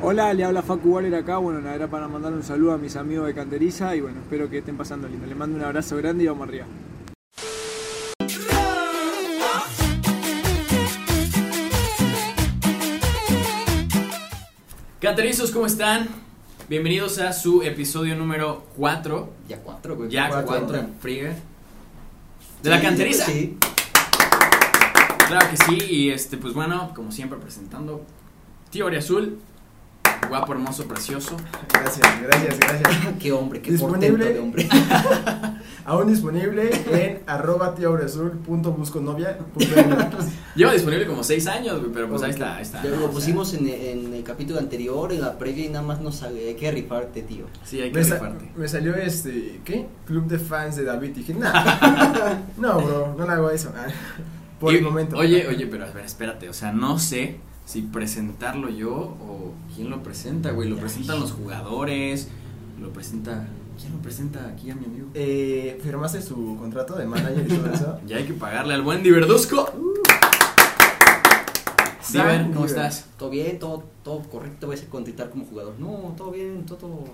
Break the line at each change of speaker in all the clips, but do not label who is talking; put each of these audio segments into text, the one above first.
Hola, le habla Facu Waller acá. Bueno, nada, era para mandar un saludo a mis amigos de Canteriza y bueno, espero que estén pasando lindo. Les mando un abrazo grande y vamos arriba.
Canterizos, ¿cómo están? Bienvenidos a su episodio número 4.
Ya cuatro, güey.
Ya
Cuatro,
4,
güey.
friga. De la canteriza.
Sí.
Claro que sí, y este, pues bueno, como siempre presentando, tío Azul, guapo, hermoso, precioso.
Gracias, gracias, gracias.
Ah, Qué hombre, qué
Disponible.
portento de hombre.
Aún disponible en arroba tiauresul.busconovia.mx.
Lleva disponible como 6 años, güey, pero pues ahí
Ok.
está, ahí está.
Lo,
¿no?
lo
O sea,
pusimos en, en el capítulo anterior, en la previa, y nada más nos sale. Hay que rifarte, tío.
Sí, hay que
Me, sa-
rifarte.
me salió este, ¿qué? Club de fans de David. Dije, nah. no, bro, no le hago eso. Ah, Por
Y-
el momento.
Oye, oye, pero a ver, espérate, o sea, no sé si presentarlo yo o quién lo presenta, güey. Lo presentan los jugadores, lo presenta. ¿Quién lo presenta aquí a mi amigo?
Eh, ¿Firmaste su contrato de manager y todo eso?
Ya hay que pagarle al buen Diverduzco.
Uh.
Diver,
San
¿cómo
Diver.
estás?
Todo bien, todo, todo correcto. Voy a ser contestar como jugador. No, todo bien, todo, todo,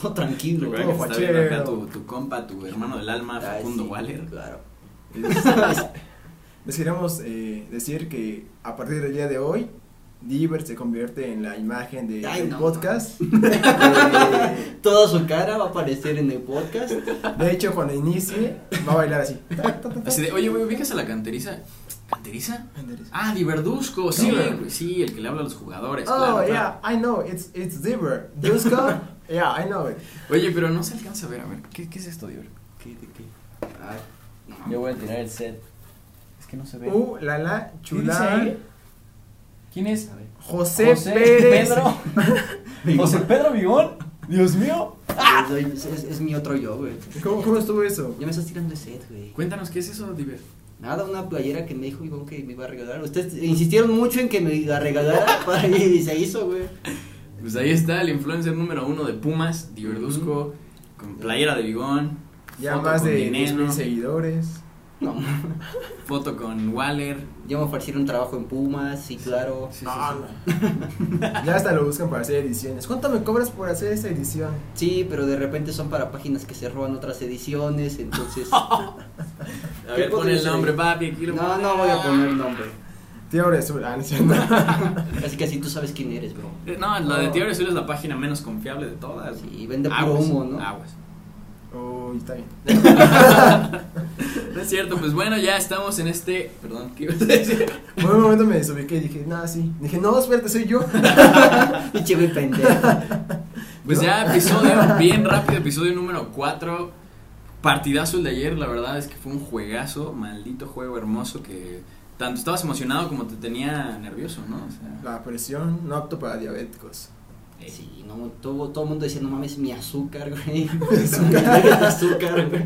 todo tranquilo.
Recuerda
todo
que está viendo acá
fachero.
tu, tu compa, tu hermano del alma,
Ay,
Facundo
sí,
Waller.
Claro.
Les queremos eh, decir que a partir del día de hoy, Diver se convierte en la imagen de- del
Ay, no,
podcast. Eh,
Toda su cara va a aparecer en el podcast.
de hecho, cuando inicie, va a bailar así.
Así de, oye, güey, ubicas a la canteriza. ¿Canteriza?
Andrés.
Ah, Diverduzco, sí,
Diver.
güey, sí, el que le habla a los jugadores. claro,
Oh,
claro.
yeah, I know, it's, it's Diver. Dusko, yeah, I know it.
Oye, pero no se alcanza a ver, a ver, ¿qué, qué es esto, Diver?
¿Qué, de qué?
Yo voy a tirar el set. Es que no se ve.
Uh, la la,
¿Qué
chula.
dice ahí? ¿Quién es?
José, Pérez.
Pedro. José Pedro Vigón. Dios mío.
Ah, soy- Es, es- es mi otro yo, güey.
¿Cómo, cómo estuvo eso?
Ya me estás tirando de set, güey.
Cuéntanos, ¿qué es eso, Diver?
Nada, una playera que me dijo Iván que me iba a regalar. Ustedes insistieron mucho en que me la regalara para- y se hizo, güey.
Pues ahí está el influencer número uno de Pumas, Diverduzco, con playera de Bigón,
Ya
Foto
más
con
de
dinero.
10.000 seguidores.
No,
foto con Waller.
ya me ofrecieron trabajo en Pumas, sí, claro.
Sí, sí,
Ah,
sí.
no. ya hasta lo buscan para hacer ediciones. ¿Cuánto me cobras por hacer esta edición?
Sí, pero de repente son para páginas que se roban otras ediciones, entonces...
A ver,
¿Qué
pon el
podría
nombre,
ser?
papi. Aquí lo
No, no voy
"Ah".
a poner nombre.
Tío Bresur, ah, no es cierto.
Así que así tú sabes quién eres, bro.
Eh, No, la de Tío Azul es la página menos confiable de todas.
Sí, vende
Ah,
puro
pues,
Aguas,
humo, ¿no?
Aguas.
Uy, está bien.
No es cierto, pues bueno, ya estamos en este. Perdón, ¿qué ibas a decir?
Por un momento me desubiqué y dije, nada, sí. Dije, no, espérate, soy yo.
Pinche güey pendejo.
Pues ya, episodio, bien rápido, episodio número 4. Partidazo el de ayer, la verdad es que fue un juegazo, maldito juego hermoso que tanto estabas emocionado como te tenía nervioso, ¿no? O sea,
La presión no apto para diabéticos.
eh,
Sí, no, todo, todo el mundo decía, no mames, mi azúcar, güey. azúcar. azúcar, güey.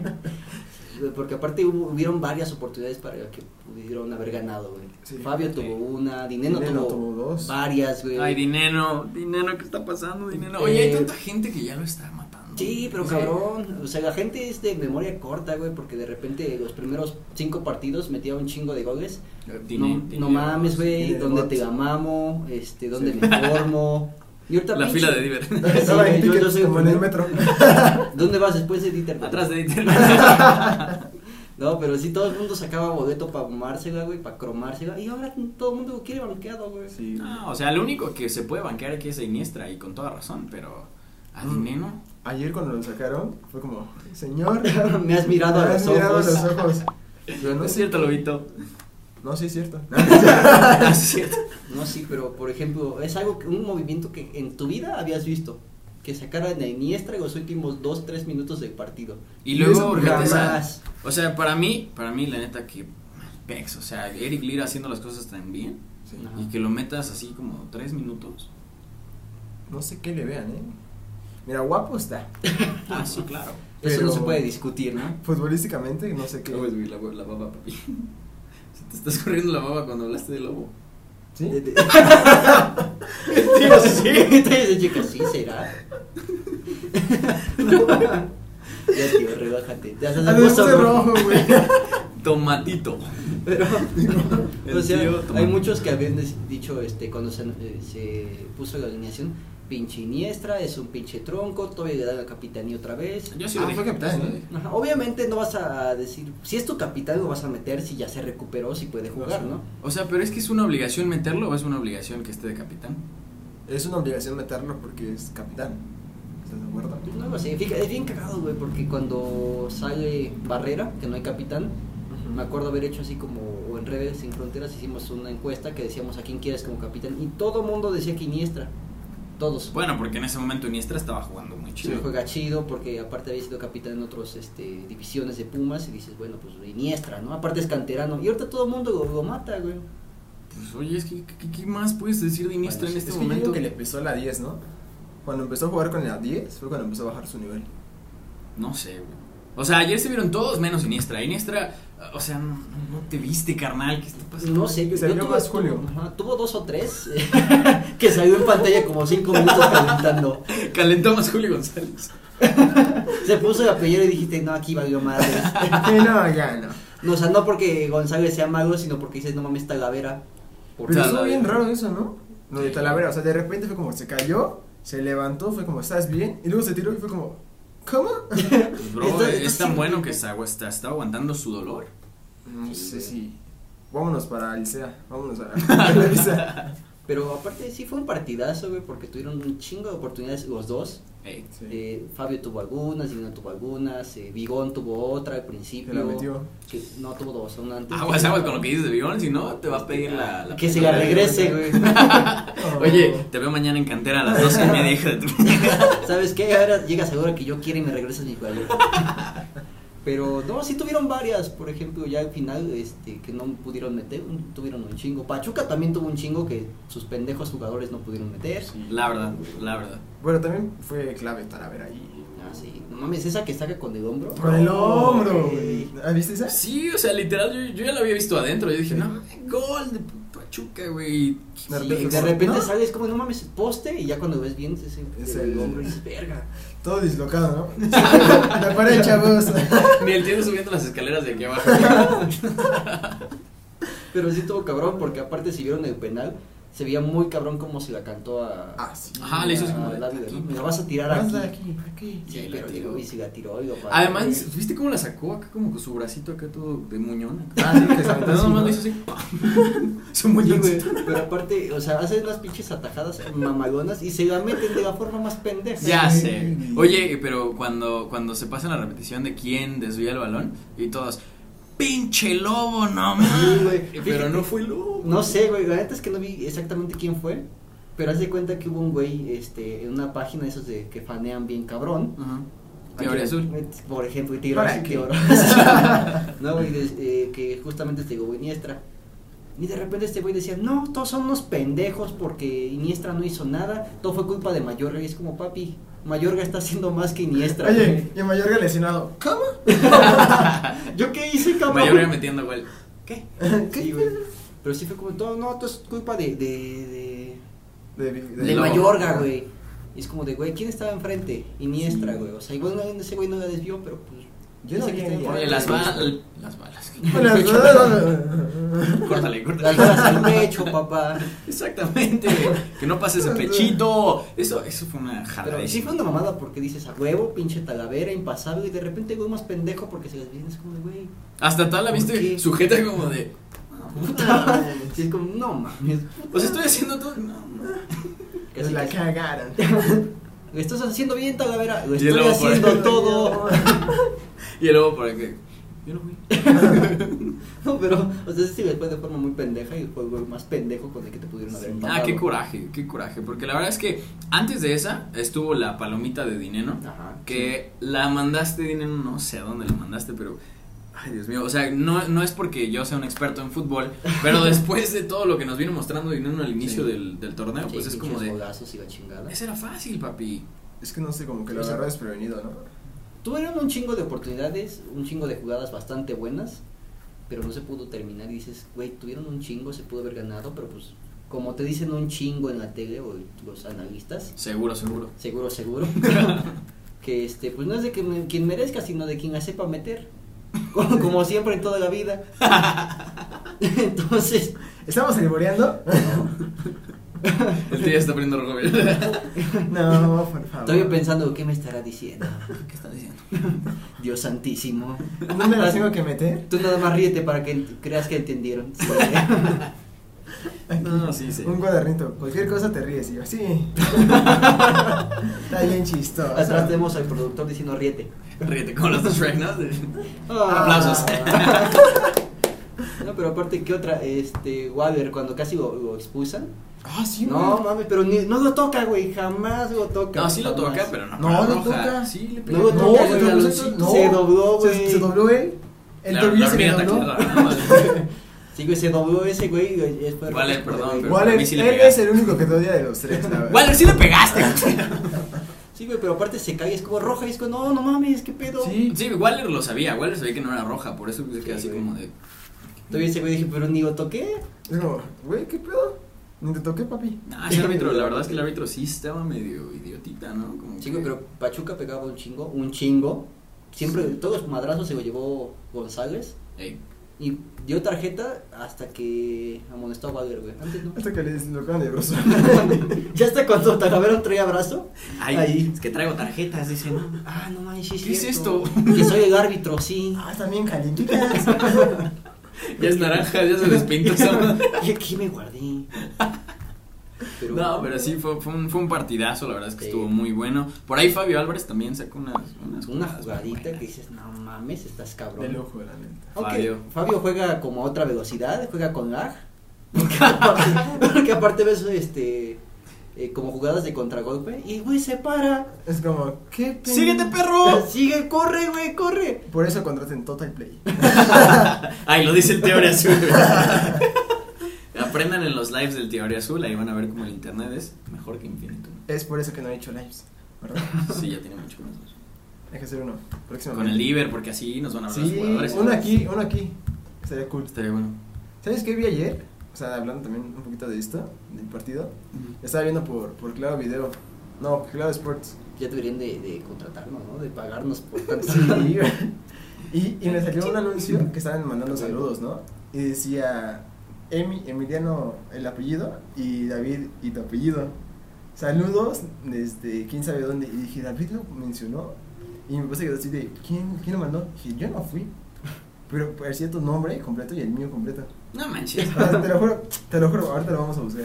Sí, güey, Porque aparte hubo, hubieron varias oportunidades para que pudieron haber ganado, güey.
Sí.
Fabio
Sí.
tuvo una, Dineno,
Dineno
tuvo,
tuvo dos.
varias, güey.
Ay, dinero, dinero, ¿qué está pasando, dinero? Oye, hay
Eh,
tanta gente que ya lo está matando.
Sí, pero
O sea,
cabrón, o sea, la gente es de memoria corta, güey, porque de repente los primeros cinco partidos metía un chingo de goles.
Eh, Dine-
no,
Dine-
no mames, güey,
Dinero
¿dónde
bots.
te amamo? Este, ¿dónde
Sí.
me formo? Y ahorita
La
pinche-
fila de Diver.
Sí,
Estaba
güey,
en
yo- yo
tickets
soy el
como en el
primero.
metro.
¿Dónde vas después de Dieter?
Atrás de Diver.
No, pero sí, todo el mundo sacaba boleto para fumársela, güey, para cromársela. Y ahora todo el mundo quiere banqueado, güey.
Sí.
No, o sea, lo único que se puede banquear aquí es a Iniestra y con toda razón, pero a
Mm.
Dineno.
Ayer cuando lo sacaron, fue como, señor,
Me has mirado a
me
los
has mirado a
ojos".
los ojos. Pero
No
no
es cierto, Lobito.
No, sí es cierto.
No es cierto.
No, sí, pero por ejemplo, es algo, que, un movimiento que en tu vida habías visto. Que sacaran a Iniestra en los últimos dos, tres minutos del partido.
Y
Y
luego,
eso porque
fíjate, o sea,
jamás.
o sea, para mí, para mí, la neta, que pex, o sea, Eric Lira haciendo las cosas tan bien
Sí.
Ajá.
y que lo metas así como tres minutos.
No sé qué le vean, ¿eh? Mira, guapo está.
Ah, sí, claro.
Eso no
pero-
se puede discutir, ¿no?
Futbolísticamente, no sé qué.
pues,
la, baba, papi. Se te está escurriendo la baba cuando hablaste de lobo.
De-
¿Sí?
de-
Ah,
Digo, sí. Entonces, chica, sí será. ya, tío, relájate. Ya
Ah,
estás
le puse
rojo.
rojo, güey.
Tomatito.
Pero,
El
o sea,
tío
hay
tomando.
muchos que habían des- dicho, este, cuando se, eh, se puso la alineación, pinche Iniestra, es un pinche tronco, todavía le da la capitanía otra vez.
Yo sí
Ah,
lo dije.
fue
yo
capitán,
sí lo
¿eh?
dije.
Ajá, Obviamente no vas a decir, si es tu capitán lo vas a meter, si ya se recuperó, si puede jugar, ¿no?
O sea, pero es que es una obligación meterlo o es una obligación que esté de capitán.
Es una obligación meterlo porque es capitán. ¿Estás de acuerdo?
No lo sé, fíjate, es bien cagado, güey, porque cuando sale Barrera, que no hay capitán, me acuerdo haber hecho así como, o en redes sin fronteras hicimos una encuesta que decíamos a quién quieres como capitán, y todo mundo decía que Iniestra, todos.
Bueno, porque en ese momento Iniestra estaba jugando muy
Se
chido.
juega chido porque aparte había sido capitán en otras este, divisiones de Pumas y dices, bueno, pues Iniestra, ¿no? Aparte es canterano. Y ahorita todo el mundo lo, lo mata, güey.
Pues oye, es que ¿qué- qué, qué más puedes decir de Iniestra
Bueno,
en este
es que yo
momento?
digo que le pesó la 10, ¿no? Cuando empezó a jugar con la 10 fue cuando empezó a bajar su nivel.
No sé, güey. O sea, ayer se vieron todos menos Iniestra. Iniestra, ah, o sea, no, no te viste, carnal. ¿Qué está pasando?
No sé, yo,
Se
yo
vio
tuve,
Pues, más Julio.
ajá, tuvo dos o tres que salió en pantalla como cinco minutos calentando.
Calentó más Julio González.
Se puso la playera y dijiste, no, aquí valió madre.
Eh, no, ya no.
No, o sea, no porque González sea malo, sino porque dices, no mames, Talavera.
Por
Pero
Talavera.
estuvo bien raro eso, ¿no? Lo de Talavera, o sea, de repente fue como se cayó, se levantó, fue como estás bien, y luego se tiró y fue como, ¿cómo?
Pues, bro,
Esto-
es
esto
tan
sí-
bueno que está, agu- está, está aguantando su dolor.
No
Sí,
sé
güey.
si. Vámonos para Licea, vámonos a a la Licea.
Pero aparte sí fue un partidazo, güey, porque tuvieron un chingo de oportunidades los dos.
Ey.
Sí.
Eh, Fabio tuvo algunas, Dino tuvo algunas, eh, Vigón tuvo otra al
Que
principio.
la metió.
Que, no, tuvo dos, una antes.
Aguas, aguas con lo que dices de Bigón, si no, te va a pedir la. la-
Que se la regrese, güey.
Oh.
Oye, te veo mañana en cantera a las 12 y media, hija de tu.
¿Sabes qué? Ahora llega seguro que yo quiero y me regresas mi jugador. Pero no, sí tuvieron varias, por ejemplo, ya al final este, que no pudieron meter, un- tuvieron un chingo. Pachuca también tuvo un chingo que sus pendejos jugadores no pudieron meter.
La verdad, la verdad.
Bueno, también fue clave Talavera ahí.
Ah, sí. No mames, esa que saca con el hombro.
Con el hombro,
güey.
güey. ¿Ah, ¿Viste esa?
Sí, o sea, literal, yo, yo ya lo había visto adentro. Yo dije, no, gol de Pachuca, güey.
Sí,
De
De
repente-
repente,
¿no?
sales como, no mames, poste, y ya cuando ves bien, ese,
Es
el,
el-
hombro y dices, verga.
Todo dislocado, ¿no? La pared, chavos.
Ni el tío subiendo las escaleras de aquí abajo.
Pero sí estuvo cabrón, porque aparte si vieron el penal, se veía muy cabrón como se la cantó a...
Ah, sí.
Ajá, le hizo así como
a
de
Dávila,
aquí.
¿no? Me la vas a tirar
Más
aquí.
de aquí, aquí.
Sí,
Y la
pero
tiró.
tiró. Y si la tiró, y lo paró.
Además, ¿viste cómo la sacó acá como con su bracito acá todo de muñón? acá?
Ah, sí, que se aventó
Nada más
así, ¿no?
lo hizo así. Su
Sí,
muñón.
güey, pero aparte, o sea, hacen las pinches atajadas mamalonas y se la meten de la forma más pendeja.
Ya sé. Oye, pero cuando, cuando se pasa la repetición de quién desvía el balón y todos, pinche lobo, no
Sí, güey.
mames. Pero
Fíjate.
no fue lobo.
No sé, güey, la neta es que no vi exactamente quién fue, pero haz de cuenta que hubo un güey, este, en una página de esos de que fanean bien cabrón.
Ajá. Fiebre azul.
Por ejemplo, y tiro
Ahora
así,
qué.
tiro. no, güey, des- eh, que justamente este güey Iniestra. Y de repente este güey decía, no, todos son unos pendejos porque Iniestra no hizo nada, todo fue culpa de Mayorga. Y es como, papi, Mayorga está haciendo más que Iniestra.
Oye, y el Mayorga lesionado. ¿Cómo?
güey. ¿yo qué hice, cabrón?
Mayorga metiendo gol. ¿Qué?
Sí, güey. Pero sí fue como, todo, no, todo es culpa de, de,
De,
de,
de-
de
lobo.
Mayorga, güey. Y es como de, güey, ¿quién estaba enfrente? Iniestra, güey. O sea, igual no- ese güey no la desvió, pero pues...
Yo no
sé qué
vi a
estaba-
Oye, las balas. Las balas.
Bueno,
Córtale,
Las
córtale.
balas al pecho, papá.
Exactamente. Que no pase ese pechito. Eso, eso fue una
Pero
jalada.
sí fue una mamada porque dices a huevo, pinche talavera, impasable, y de repente güey más pendejo porque se les viene es como de güey.
Hasta tal la
¿Por
viste
qué?
sujeta como de. Ah,
Puta. Sí, es como, no mames.
Pues estoy haciendo todo. No, no.
Que
Pues
así
la
que-
cagaron.
Lo estás haciendo bien, talavera. Lo
Y el
estoy
lobo por ahí.
haciendo todo.
Y luego por aquí. Yo no fui.
No, pero, o sea, sí les fue de forma muy pendeja y fue el güey más pendejo con el que te pudieron haber
Ah,
empatado.
qué coraje, qué coraje. Porque la verdad es que antes de esa estuvo la palomita de Dineno.
Ajá.
Que la mandaste, Dineno, no sé a dónde la mandaste, pero. Ay, Dios mío. O sea, no, no es porque yo sea un experto en fútbol, pero después de todo lo que nos vino mostrando Dineno al inicio
Sí.
del, del torneo,
Sí,
pues es como
pinches
de.
golazos y la chingada.
Ese era fácil, papi.
Es que no sé, como que lo agarró desprevenido, ¿no?
Tuvieron un chingo de oportunidades, un chingo de jugadas bastante buenas, pero no se pudo terminar. Y dices, güey, tuvieron un chingo, se pudo haber ganado, pero pues, como te dicen un chingo en la tele o los analistas,
Seguro, seguro.
seguro, seguro, que este, pues no es de que me- quien merezca, sino de quien la sepa meter. Como, como siempre en toda la vida. Entonces,
¿Estamos celebrando?
El tío ya está poniendo rojo.
No, por favor.
estoy pensando, ¿qué me estará diciendo?
¿Qué está diciendo?
Dios santísimo.
¿No me las tengo que meter?
Tú nada más ríete para que ent- creas que entendieron.
No, sí, sí.
Un cuadernito. Cualquier cosa te ríes. Y yo, sí. Está bien chistoso.
Atrás tenemos al productor diciendo ríete.
Ríete con los de Shrek, ¿no?
Ah.
Aplausos.
No, pero aparte, ¿qué otra? Este, Waller, cuando casi lo, lo expulsan.
Ah, sí,
No,
güey.
mames, pero ni- no lo toca, güey. Jamás lo toca.
No, sí lo
jamás.
toca, pero no.
No,
para
no
roja.
toca.
Sí, le pega.
No lo
No,
toca,
se
el
dobló,
baloncito.
no.
Se dobló,
Se-
güey.
Se, dobló él. El
La-
tobillo
la
se le
hormiga
dobló.
taquilla, no, madre.
Sí, güey, se dobló ese, güey. y es para-
Waller, perdón, pero-
Igual
a
él,
mí sí le
él
pega.
es el único que te odia de los tres, la verdad.
Waller, sí le pegaste.
Sí, güey, pero aparte se cae, es como roja. Y es como, no, no mames, qué pedo.
Sí, sí, Waller lo sabía. Waller sabía que no era roja. Por eso se quedó así
güey.
como de.
Todavía ese güey dije, pero ni lo toqué.
Es como, güey, ¿qué pedo? Ni te toqué, papi.
Ah, ese árbitro, la verdad es que el árbitro sí estaba medio idiotita, ¿no? Como
Sí, güey,
que-
pero Pachuca pegaba un chingo, un chingo. Siempre, todos los madrazos se lo llevó González.
Ey,
Y dio tarjeta hasta que amonestó a Waller, güey. Antes no.
Hasta que le deslocaron de brazo.
ya hasta cuando Talavera traía abrazo.
ay,
Ahí.
es que traigo tarjetas, dice, ¿no?
Ah, no manches, sí
¿Qué es
cierto.
esto?
Que soy el árbitro, sí.
Ah, están bien calientitas.
Ya es naranja, ya se despintó esa madre.
Y aquí me guardé.
No, pero sí, fue, fue, un, fue un partidazo, la verdad es que
Sí.
estuvo muy bueno. Por ahí Fabio Álvarez también sacó unas, unas
Una
jugadas muy
jugadita
buenas.
que dices, no mames, estás
De
cabrón.
loco, la neta.
Aunque
Fabio.
Fabio. juega como a otra velocidad, juega con lag. Porque aparte, porque aparte ves este, eh, como jugadas de contragolpe. Y güey, se para.
Es como, ¿qué pedo?
¡Síguete, perro!
Sigue, corre, güey, corre.
Por eso contraten Total Play.
Ay, lo dice el Teoría Azul. Aprendan en los lives del Teoría Azul, ahí van a ver cómo el internet es mejor que infinito.
Es por eso que no he hecho lives. ¿verdad?
Sí, ya tiene mucho más.
Hay que hacer uno. Próximamente.
Con el Iber, porque así nos van a ver los
Sí,
jugadores.
uno aquí, uno aquí. Estaría cool.
Estaría bueno.
¿Sabes qué vi ayer? O sea, hablando también un poquito de esto, del partido. Estaba viendo por, por Claro Video. No, Claro Sports.
Ya deberían de, de contratarnos, ¿no? De pagarnos por tanto.
Sí. y, y me salió un anuncio que estaban mandando saludos, ¿no? Y decía Emi, Emiliano el apellido y David y tu apellido. Saludos desde quién sabe dónde. Y dije, David lo mencionó. Y me puse que así de, ¿quién, ¿quién lo mandó? dije, yo no fui. Pero parecía tu nombre completo y el mío completo.
No manches.
O sea, te lo juro, te lo juro, ahorita lo vamos a buscar.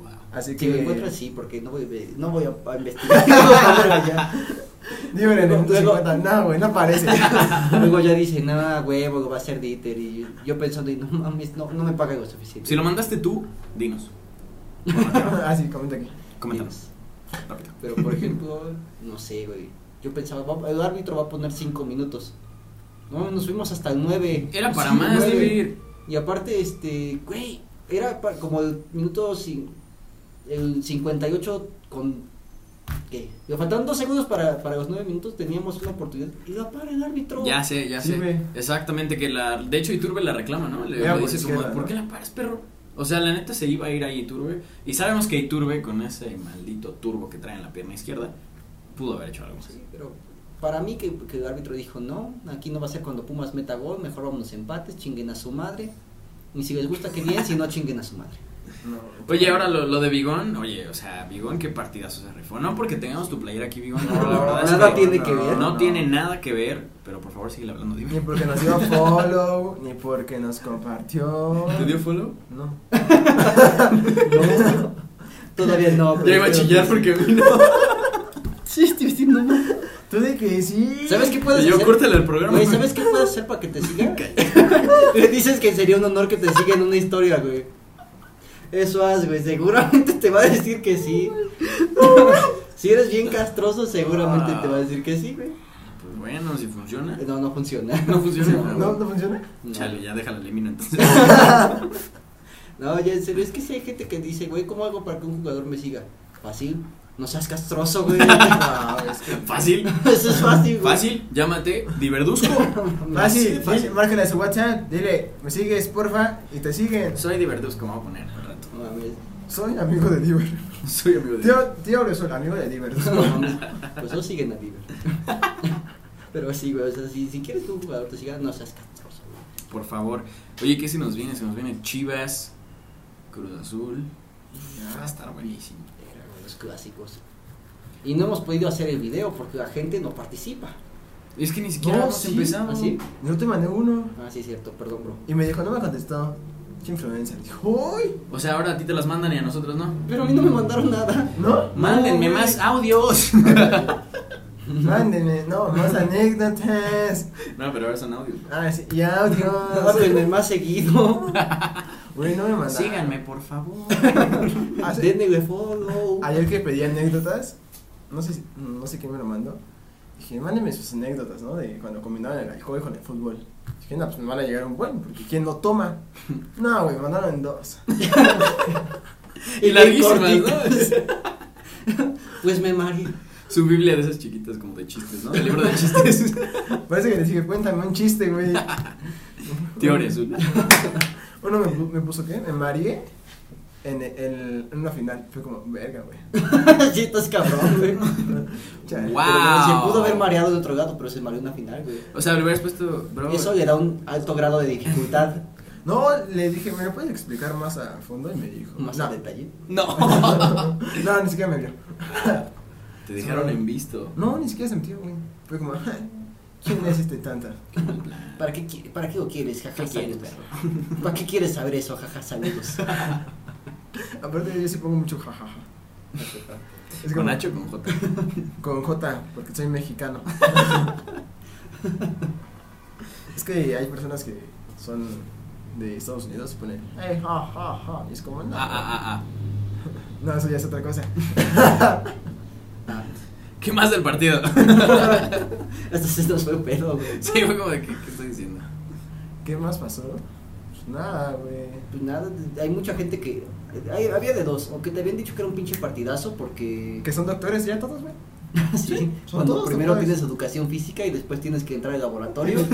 Wow.
Así
Si
que.
lo encuentras, sí, porque no voy, a- no voy a a investigar. Luego ya-
Digo, en el
Luego-
50, no, güey, no aparece. Ah,
Luego ya dicen, nada, huevo, va a ser Dieter. Y yo, yo pensando, y no mames, no, no me paga lo suficiente.
Si lo mandaste tú, dinos.
ah, sí, comenta aquí.
Coméntanos. Rápido.
Pero por ejemplo, no sé, güey. Yo pensaba, va- el árbitro va a poner cinco minutos. No, nos fuimos hasta el 9.
Era para
Sí,
más,
güey.
Iber.
Y aparte, este, güey, era pa- como el minuto cin- el 58 con... ¿Qué? Le faltaban dos segundos para, para los nueve minutos, teníamos una oportunidad. Y la para el árbitro.
Ya sé, ya
Sí,
sé.
güey.
Exactamente, que la. De hecho, Iturbe la reclama, ¿no? Le,
Era
le
por
dice como,
izquierda,
¿por
¿no?
qué la paras, perro? O sea, la neta se iba a ir ahí Iturbe. Y sabemos que Iturbe, con ese maldito turbo que trae en la pierna izquierda, pudo haber hecho algo más.
Sí, pero para mí que, que el árbitro dijo, no, aquí no va a ser cuando Pumas meta gol, mejor vámonos empates, chinguen a su madre. Y si les gusta, que bien, si no, chinguen a su madre.
Oye, ahora lo, lo de Bigón, oye, o sea, Bigón, qué partidazo se rifó. No porque tengamos tu player aquí, Bigón, no, la verdad es
nada
que
tiene que ver.
No, tiene nada que ver, pero por favor sigue hablando,
Ni
dime.
porque nos dio follow, ni porque nos compartió.
follow?
No.
Todavía no. pero-
Ya iba a chillar porque vino.
Sí, estoy diciendo, no.
Tú de que sí.
¿Sabes qué puedes
Y yo,
hacer?
córtale el programa,
Güey,
güey.
¿sabes qué puedes hacer para que te siga? Le dices que sería un honor que te siga en una historia, güey. Eso haz, güey. Seguramente te va a decir que sí. si eres bien castroso, seguramente te va a decir que sí, güey.
Pues bueno, si funciona.
No, no funciona.
No funciona.
No, no funciona.
No.
Chale, ya déjala, elimina entonces.
No, ya en serio, es que si hay gente que dice, güey, ¿cómo hago para que un jugador me siga? Fácil, no seas castroso, güey.
No, es que.
Fácil.
Eso es fácil, güey.
Fácil, llámate Diverduzco. Ah,
Fácil,
Fácil,
fácil. Márcale a su WhatsApp, dile, me sigues, porfa, y te siguen.
Soy Diverduzco, me voy a poner al rato.
No mames,
Soy amigo de Diver.
Soy amigo de.
Tío, tío Aureozola, amigo de Diver.
no mames. Pues no siguen a Bieber. Pero sí, güey, o sea, si, si quieres que un jugador te siga, no seas castroso, güey.
por favor. Oye, ¿qué se nos viene? Se nos viene Chivas, Cruz Azul. Ah, Va a estar buenísimo.
Los clásicos. Y no hemos podido hacer el video porque la gente no participa.
Es que ni siquiera
No,
hemos
sí,
empezado.
¿Así?
Yo te mandé uno
Ah, sí, es cierto, perdón, bro.
y me dijo, no me contestó. Qué influencer. Dijo, ¡Uy!
O sea, ahora a ti te las mandan y a nosotros no.
Pero a mí no me mandaron nada.
¿No?
Mándenme
No,
más audios.
güey. Mándenme, no, más anécdotas.
no, pero ahora son audios.
Ah, sí, y audios.
Mándenme más seguido.
Güey, no me mandaron.
Síganme, por favor.
Ah, sí.
Denle follow.
Ayer que pedí anécdotas, no sé, si- no sé quién me lo mandó. Dije, mándenme sus anécdotas, ¿no? De cuando combinaban el alcohol con el fútbol. Dije, no, pues me van a llegar un buen, porque ¿quién no toma? No, güey, me mandaron dos.
y
bien
larguísimas,
cortitas.
¿no?
Pues me mario.
Su Biblia de esas chiquitas como de chistes, ¿no? El libro de chistes.
Parece que les dije, cuéntame un chiste, güey.
Teoría azul.
Uno me, pu- me puso, ¿qué? Me mareé en, el- en una final. Fue como, verga, güey.
sí, estás cabrón, güey.
Chale.
Guau.
Pero, güey, Se pudo haber mareado de otro gato, pero se mareó en una final, güey.
O sea, le hubieras puesto, bro.
Eso le da un alto grado de dificultad.
No, le dije, ¿me lo puedes explicar más a fondo? Y me dijo,
Más
no.
a detalle.
No.
no, ni siquiera me vio.
Te dejaron en visto.
No, ni siquiera se metió, güey. Fue como, "Ajá, ¿quién es este tanta?
¿Para qué, qui- ¿Para qué lo quieres? Jaja,
¿Qué quieres,
saludos. ¿Para qué quieres saber eso? Jaja, saludos.
Aparte, yo sí pongo mucho jajaja.
Es con
como-
Nacho o con J.
Con J, porque soy mexicano. es que hay personas que son de Estados Unidos y ponen, "Ey, ja, ja, ja", Y es como, no.
Ah, ah, ah, ah.
No, eso ya es otra cosa.
¿Qué más del partido?
Hasta se nos fue el pedo, güey.
sí, fue como de, ¿qué, qué estoy diciendo?
¿Qué más pasó? Pues nada, güey.
Pues nada, hay mucha gente que. hay- había de dos. Aunque te habían dicho que era un pinche partidazo porque.
Que son doctores ya todos, güey.
Sí,
son
cuando
todos
primero
doctores.
tienes educación física y después tienes que entrar al laboratorio.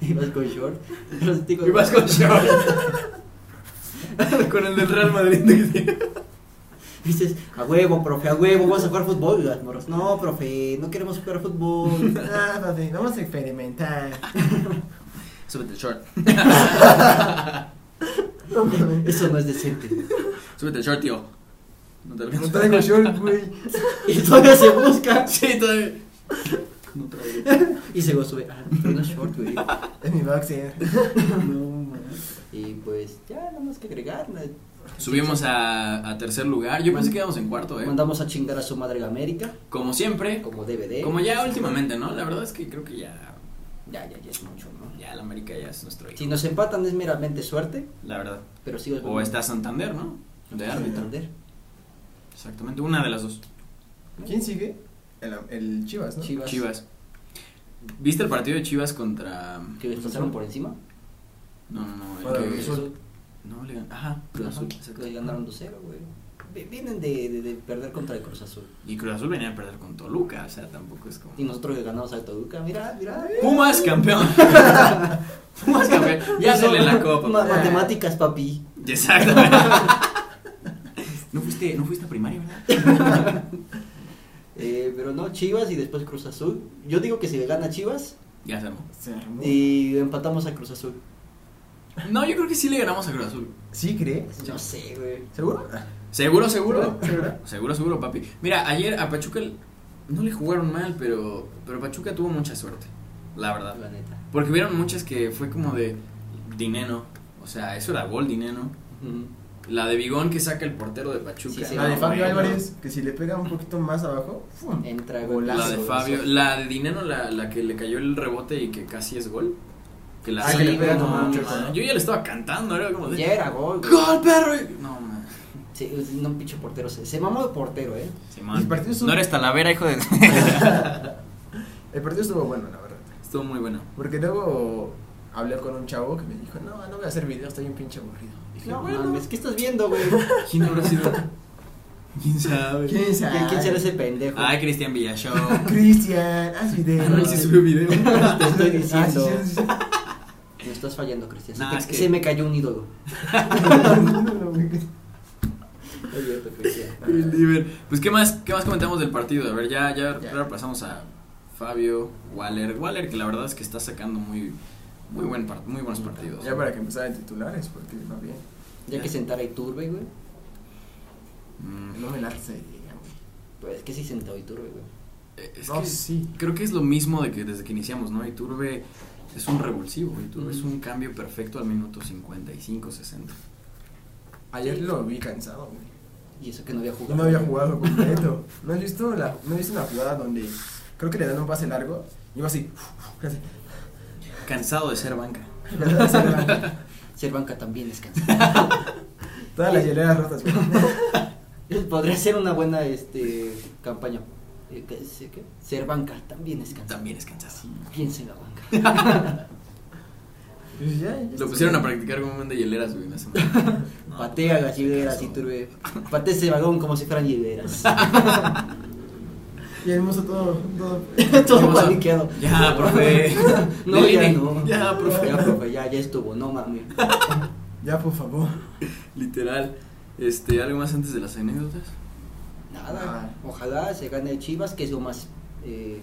y vas con short. Los ticos-
Y vas con short. con el del Real Madrid.
Dices, a huevo, profe, a huevo, vamos a jugar fútbol. Y las morras, no, profe, no queremos jugar fútbol.
Ah, papi, vamos a experimentar.
Súbete el short.
No mames.
Eso no es decente.
Súbete el short, tío. No te
No
alcanzo.
traigo short, güey.
Y todavía se busca.
Sí, todavía. No traigo.
Y se lo sube. Ah, pero no es short, güey.
Es mi boxer.
No, y pues ya, nada más que agregar. na-
Subimos a, a tercer lugar. Yo pensé que íbamos en cuarto, ¿eh?
Mandamos a chingar a su madre la América,
Como siempre.
como DVD.
Como ya últimamente, ¿no? La verdad es que creo que ya.
Ya, ya, ya es mucho, ¿no?
Ya la América ya es nuestro
Si
hijo.
nos empatan es meramente suerte,
La verdad.
pero sí los
O está Santander, ¿no? De
a
árbitro.
entender.
Exactamente, una de las dos.
¿Quién sigue? El, el Chivas, ¿no?
Chivas.
Chivas. ¿Viste el partido de Chivas contra.?
Que les pasaron por encima.
No, no, no. el
Para
que-
Cruz Azul.
No, le gan- Ajá,
Cruz
Cruz
Azul.
exacto.
Que ganaron 2-0, güey. Vi- Vienen de, de- de perder contra el Cruz Azul.
Y Cruz Azul venía a perder con Toluca, o sea, tampoco es como.
Y nosotros que ganamos al Toluca, mira, mira.
Pumas campeón. Pumas campeón. Ya
Son
dele la copa.
ma- Matemáticas, papi.
Exacto. no fuiste, no fuiste a primaria, ¿verdad?
Eh, pero no, Chivas y después Cruz Azul. Yo digo que si le gana Chivas
Ya se armó.
Se armó.
y empatamos a Cruz Azul.
No, yo creo que sí le ganamos a Cruz Azul.
¿Sí cree?
Yo sé, güey.
¿Seguro?
Seguro, seguro.
¿Seguro?
Seguro, seguro, papi. Mira, ayer a Pachuca l- no le jugaron mal, pero, pero Pachuca tuvo mucha suerte, la verdad.
La neta.
Porque vieron muchas que fue como de dinero. O sea, eso era gol, dinero. La de Bigón que saca el portero de Pachuca.
Sí, sí,
La de
No,
Fabio
bueno.
Álvarez, que si le pega un poquito más abajo, ¡fum!
Entra, güey.
Golazo.
La de Fabio. La de Dinero, la, la que le cayó el rebote y que casi es gol. Que la
Ah, que le
saca-
pega
no,
como un
man,
choco, ¿no?
Yo ya le estaba cantando, era como de.
Ya era gol, güey.
¡Gol, perro! Y- No, man.
Sí, es- no, pinche portero. Se, se mamó de portero, eh.
Sí,
El partido estuvo-
No eres talavera, hijo de.
El partido estuvo bueno, la verdad.
Estuvo muy bueno.
Porque luego hablé con un chavo que me dijo, no, no voy a hacer video, estoy un pinche aburrido. Dije,
No,
bueno,
mames, ¿qué estás viendo, güey?
¿Quién habrá sido? ¿Quién sabe?
¿quién sabe?
¿Quién, quién será ese pendejo?
Ay, Cristian Villashow.
Ah,
Cristian, haz video.
Ah, no, él sí subió video.
te estoy
Ah, sí,
diciendo.
sí, sí.
Me estás fallando, Cristian. Se,
No,
te-
es que-
se me cayó un ídolo. Es cierto, Cristian.
El Diver. Pues, ¿qué más, ¿qué más comentamos del partido? A ver, ya, ya,
Ya.
ahora pasamos a Fabio Waller. Waller, que la verdad es que está sacando muy, Muy, buen par- muy buenos partidos.
Ya para que empezaran titulares, porque no bien.
Ya que sentara Iturbe, güey.
Mm,
No me la sé, güey.
Pues es que sí sentó Iturbe, güey.
eh, Es
No,
que
sí.
creo que es lo mismo de que desde que iniciamos, ¿no? Iturbe es un revulsivo, Iturbe es un cambio perfecto al minuto 55, 60.
Ayer lo vi cansado, güey.
Y eso que no había jugado.
No había
güey.
jugado completo. ¿No has visto la, no he visto una jugada donde creo que le dan un pase largo y va así, así,
Cansado de ser banca.
Ser banca también es cansado.
todas las hieleras rotas. güey.
Podría ser una buena este, campaña. Eh, ¿qué- se- qué? Ser banca también es cansado.
También es cansado.
Piensa en la banca.
Pues ya, ya
Lo
está.
pusieron a practicar con un buen de hieleras, güey, en la semana. No,
Patea las
qué
hileras,
cansado.
Iturbe. Patea ese vagón como si fueran hileras.
Y el mozo todo, todo.
Todo
Vamos a-
paniqueado.
Ya, profe.
No,
Del
ya
inning.
no.
Ya, profe.
Ya, profe, ya, ya estuvo. No mames.
Ya, por favor.
Literal. Este, algo más antes de las anécdotas.
Nada. Ojalá se gane el Chivas, que es lo más. eh,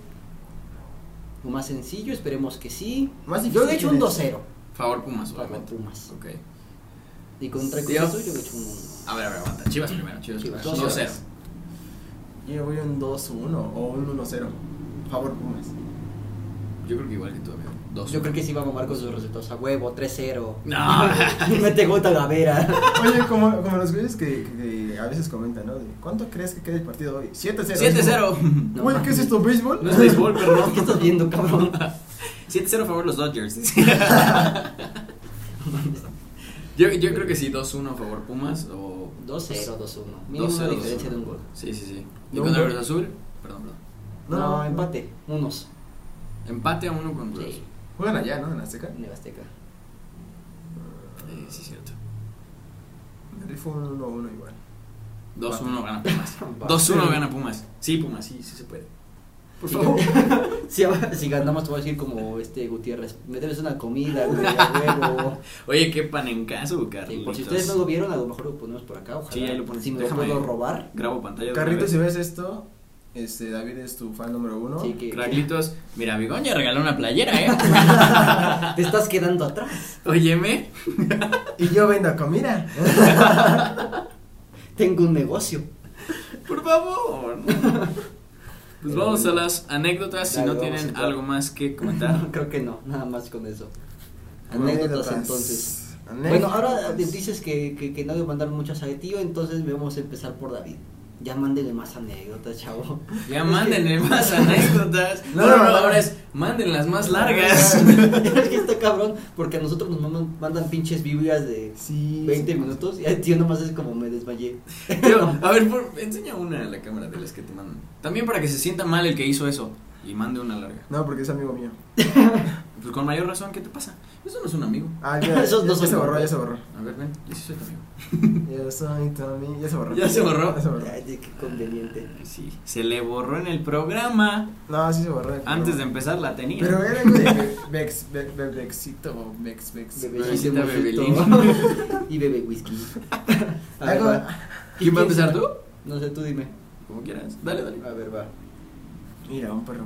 lo más sencillo, esperemos que sí.
Más
yo
difícil
le he hecho
que
un
es.
2-0.
Favor Pumas,
Favor,
obviamente.
Pumas.
Ok.
Y contra el
Sí,
Cruz Azul
ah.
yo le he hecho un 1.
A ver, a ver, aguanta. Chivas primero, Chivas
Chivas.
primero. 2-0.
Yo voy un 2-1 o un 1-0. Favor, Pumas.
Yo creo que igual que tú, amigo. 2
Yo creo que sí va a mamar con sus resultados a huevo, 3-0.
No.
Mete gota la vera.
Oye, como, como los güeyes que, que- que a veces comentan, ¿no? De, ¿Cuánto crees que quede el partido hoy? 7-0.
7-0.
No
Güey, ¿qué es
mames.
esto? ¿Béisbol?
No es béisbol, pero
¿Qué estás viendo, cabrón?
7-0 a favor los Dodgers. yo, yo creo que sí, 2-1 a favor Pumas o...
2-0, 2-1. Mínimo una
2-0,
diferencia de un gol.
Sí, sí, sí. ¿Y
No,
contra
güey.
Cruz Azul? Perdón, perdón.
No,
No,
no.
empate. Unos.
Empate a uno con Cruz
Sí,
Azul.
Juegan allá, ¿no? En Azteca.
en el Azteca.
Eh, sí, cierto.
Me rifo un 1-1 igual.
2-1 gana Pumas.
Va.
2-1 gana Pumas. Sí, Pumas, sí, sí se puede. Por
Sí,
favor.
Si, si ganamos, te voy a decir como este Gutiérrez. Me debes una comida, güey, a huevo.
Oye, qué pan en caso,
Sí,
Carlitos.
por si ustedes no lo vieron, a lo mejor lo ponemos por acá. Ojalá.
Sí, ahí lo pones.
Si me
Déjame.
lo puedo robar.
Grabo pantalla. de una
Carrito,
vez.
si ves esto, este, David es tu fan número uno.
Sí, que, que-
Carlitos, mira, Bigoña regaló una playera, ¿eh?
te estás quedando atrás.
Óyeme.
Y yo vendo comida.
Tengo un negocio.
Por favor. Pues vamos a las anécdotas. Si
Dale,
no
vamos
tienen
entonces.
algo más que comentar.
Creo que no, nada más con eso. Anécdotas entonces. Bueno,
Anécdotas.
ahora dices que, que, que no le mandaron muchas a tío, entonces vamos a empezar por David. Ya mándenle más anécdotas, chavo.
Ya mándenle más anécdotas. No,
No,
no,
no, no.
ahora es manden las más largas.
es que está cabrón, porque a nosotros nos mandan, mandan pinches biblias de
Sí.
20 minutos y al tío nomás es como me desmayé.
Yo, a ver, por- enseña una a la cámara de las que te mandan. También para que se sienta mal el que hizo eso. Y mande una larga.
No, porque es amigo mío.
Pues con mayor razón, ¿qué te pasa? Eso no es un amigo.
Ah, ya,
Esos
ya-
no
ya
son
se borró,
amigos.
ya se borró.
A ver, ven, yo sí soy tu amigo.
Ya soy tu amigo. Ya se borró.
¿Ya se borró?
Ya se borró.
Ay, qué conveniente.
Sí, se le borró en el programa.
No, sí se borró.
Antes de empezar la tenía.
Pero era algo de Vex, Vex, Vex, Vexito, o Vex, Vex.
Bebecito,
Bebecita,
mojito.
bebelín.
y bebe whisky. A ver,
Algo-
va.
¿Quién va a empezar tú?
No sé, tú dime.
Como quieras. Dale, dale.
A ver, va.
Mira, un perro.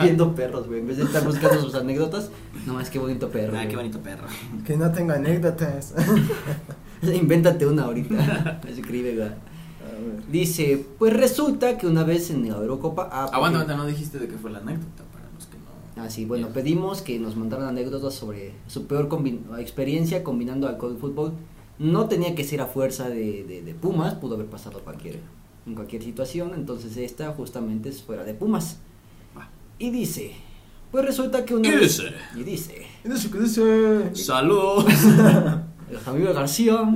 Viendo perros, güey. En vez de estar buscando sus anécdotas, no, es que bonito perro.
Ah,
güey.
qué bonito perro.
Que no tengo anécdotas. A
Invéntate una ahorita. Escribe, güey.
ver.
Dice, pues resulta que una vez en la Eurocopa... Ah, porque-
Aguanta, aguanta, no dijiste de qué fue la anécdota para los que no.
Ah, sí, bueno, pedimos que nos mandaran anécdotas sobre su peor combi- experiencia combinando alcohol y fútbol. No tenía que ser a fuerza de, de- de Pumas, pudo haber pasado cualquier, en cualquier situación, entonces esta justamente es fuera de Pumas.
Va.
Y dice, pues resulta que una
¿Qué
vez-
dice?
Y dice,
Entonces, ¿qué dice?
Saludos.
el Javier García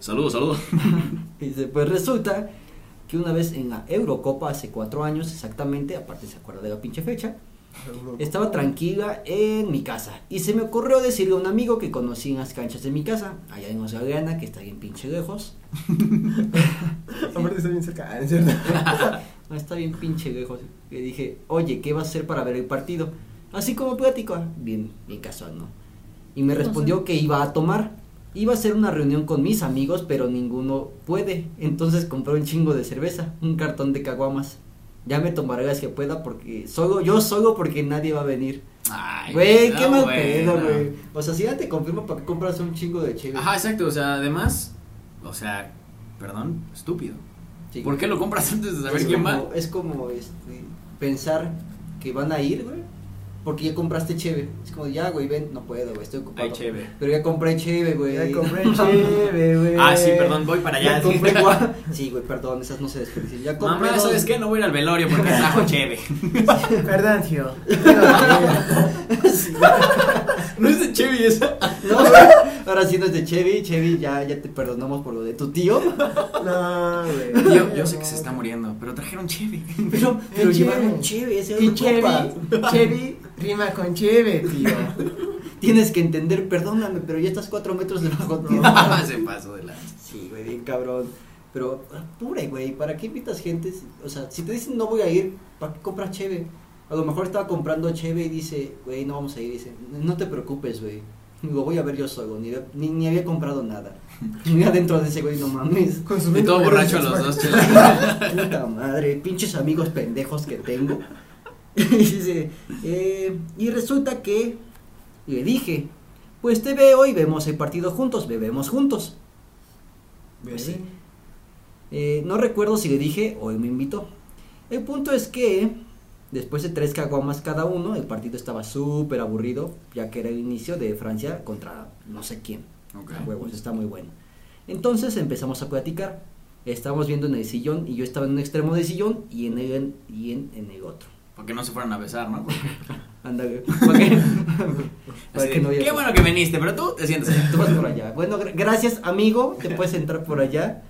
saludos, saludos.
Dice, pues resulta que una vez en la Eurocopa, hace cuatro años exactamente, aparte se acuerda de la pinche fecha, Estaba tranquila en mi casa y se me ocurrió decirle a un amigo que conocí en las canchas de mi casa, allá en Oceana, que está bien pinche lejos.
Aparte, está bien cerca. Ah, ¿en cierto?
No, Ah, está bien pinche lejos. Le dije, oye, ¿qué vas a hacer para ver el partido? Así como plático, ah, bien, bien casual, ¿no? Y me respondió que iba a tomar. Iba a hacer una reunión con mis amigos, pero ninguno puede. Entonces compré un chingo de cerveza, un cartón de caguamas. Ya me tomaré las que pueda porque solo, yo solo porque nadie va a venir.
Ay,
Güey, qué
no,
mal
güey,
pedo,
no.
güey. O sea, si ya te confirmo para que compras un chingo de cheve.
Ajá, exacto. O sea, además, o sea, perdón, estúpido.
Sí.
¿Por qué lo compras antes de saber
es
quién
como,
va?
Es como este, pensar que van a ir, güey. Porque ya compraste cheve. Es como, ya, güey, ven, no puedo, güey, estoy ocupado.
Ay, chévere.
Pero ya compré cheve, güey.
Ya compré cheve, güey.
Ah, sí, perdón, voy para allá.
Ya compré gua- Sí, güey, perdón, esas no se desperdician. Ya compré
Mamá,
dos-
¿sabes qué? No voy a ir al velorio porque trajo chévere.
Perdón, tío.
¿No es de Chevy esa?
No, güey, ahora sí no es de Chevy. Chevy, ya, ya te perdonamos por lo de tu tío.
No, güey.
Yo, yo sé que se está muriendo, pero trajeron Chevy.
Pero, pero
Chevy.
llevaron cheve, ese
Y
otro copa.
Chevy, Chevy rima con cheve, tío.
Tienes que entender, perdóname, pero ya estás cuatro metros debajo de
se pasó de la.
Sí, güey, bien cabrón. Pero, ah, pobre, güey, ¿para qué invitas gente? si- O sea, si te dicen no voy a ir, ¿para qué compras cheve? A lo mejor estaba comprando cheve y dice, güey, no vamos a ir. Dice, no te preocupes, güey. Lo voy a ver yo solo. Ni, ni, ni había comprado nada. Ni adentro de ese güey, no mames.
Y
Consumiendo
todo borracho
bebidas
los dos,
alcohólicas.
chelas.
Puta madre, pinches amigos pendejos que tengo. y dice, eh, y resulta que le dije, pues te veo y vemos el partido juntos, bebemos juntos. Pues sí. Eh, no recuerdo si le dije o él me invitó. El punto es que después de tres caguamas cada uno, el partido estaba súper aburrido, ya que era el inicio de Francia contra no sé quién.
Ok.
A huevos, está muy bueno. Entonces empezamos a platicar. Estábamos viendo en el sillón y yo estaba en un extremo del sillón y en el, y en, en el otro.
Porque no se fueron a besar, ¿no? Porque-
Ándale. ¿Para qué? Para
Así
que no
de,
haya-
Qué bueno que viniste, pero tú te sientes allá.
Tú vas por allá. Bueno, gra- gracias amigo, te puedes entrar por allá.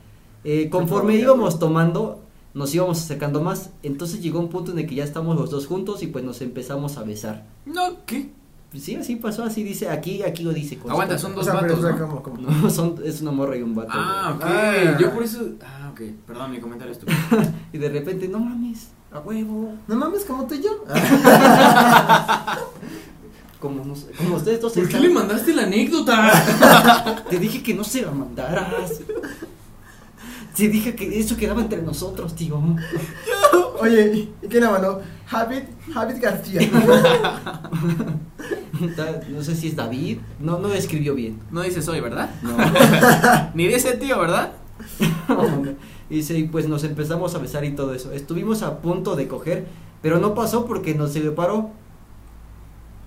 Eh, conforme
Por allá,
íbamos tomando, nos íbamos acercando más. Entonces llegó un punto en el que ya estamos los dos juntos y pues nos empezamos a besar.
No, ¿qué?
Pues sí, así pasó, así dice, aquí, aquí lo dice. consta.
Aguanta, son
O
dos
sea, pero
vatos,
espera,
¿no?
¿cómo, cómo?
No, son, es una morra y un vato.
Ah,
güey.
ok.
Ah.
Yo por eso. Ah, ok. Perdón, mi comentario es estúpido.
Y de repente, no mames, a huevo.
No mames, como tú y yo.
Como, nos- como ustedes dos
¿Por qué
están-
le mandaste la anécdota?
Te dije que no se la mandaras. Te dije que eso quedaba entre nosotros, tío.
Oye, ¿y quién la mandó? Habit, Habit García.
Ta- No sé si es David. No, no escribió bien.
No dices hoy, ¿verdad?
No.
Ni de ese tío, ¿verdad?
Y sí, pues nos empezamos a besar y todo eso. Estuvimos a punto de coger, pero no pasó porque nos separó.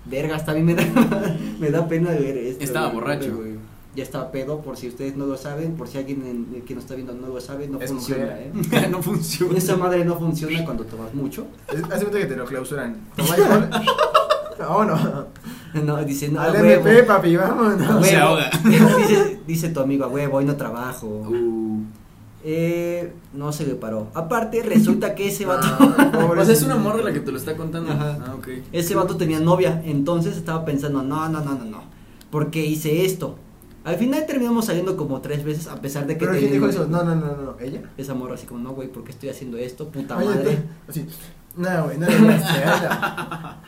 Verga, hasta a mí me da, me da pena de ver esto.
Estaba
güey.
borracho.
Güey, Ya estaba pedo, por si ustedes no lo saben, por si alguien en- eh, que nos está viendo no lo sabe, no
Es
funciona,
mujer.
¿eh?
no funciona.
Esa madre no funciona cuando tomas mucho.
Es- Hace cuenta que te lo clausuran. Toma alcohol. No, no.
No, dice, no, a
Al
huevo.
MP, papi,
a
vámonos.
Se
huevo.
ahoga.
dice, dice tu amigo, a huevo, hoy no trabajo.
Uh.
Eh, no se le paró. Aparte, resulta que ese vato.
Ah,
O
pobre.
sea, es una morra la que te lo está contando.
Ajá.
Ah, ok.
Ese vato tenía novia, entonces estaba pensando, no, no, no, no, no, ¿por qué hice esto? Al final terminamos saliendo como tres veces, a pesar de que
¿Pero quién
tenía-
dijo eso? No, no, no, no. ¿Ella?
Esa morra así como, no, güey, ¿por qué estoy haciendo esto? Puta
Oye,
madre,
tú- Así. No, güey, no le digas, anda.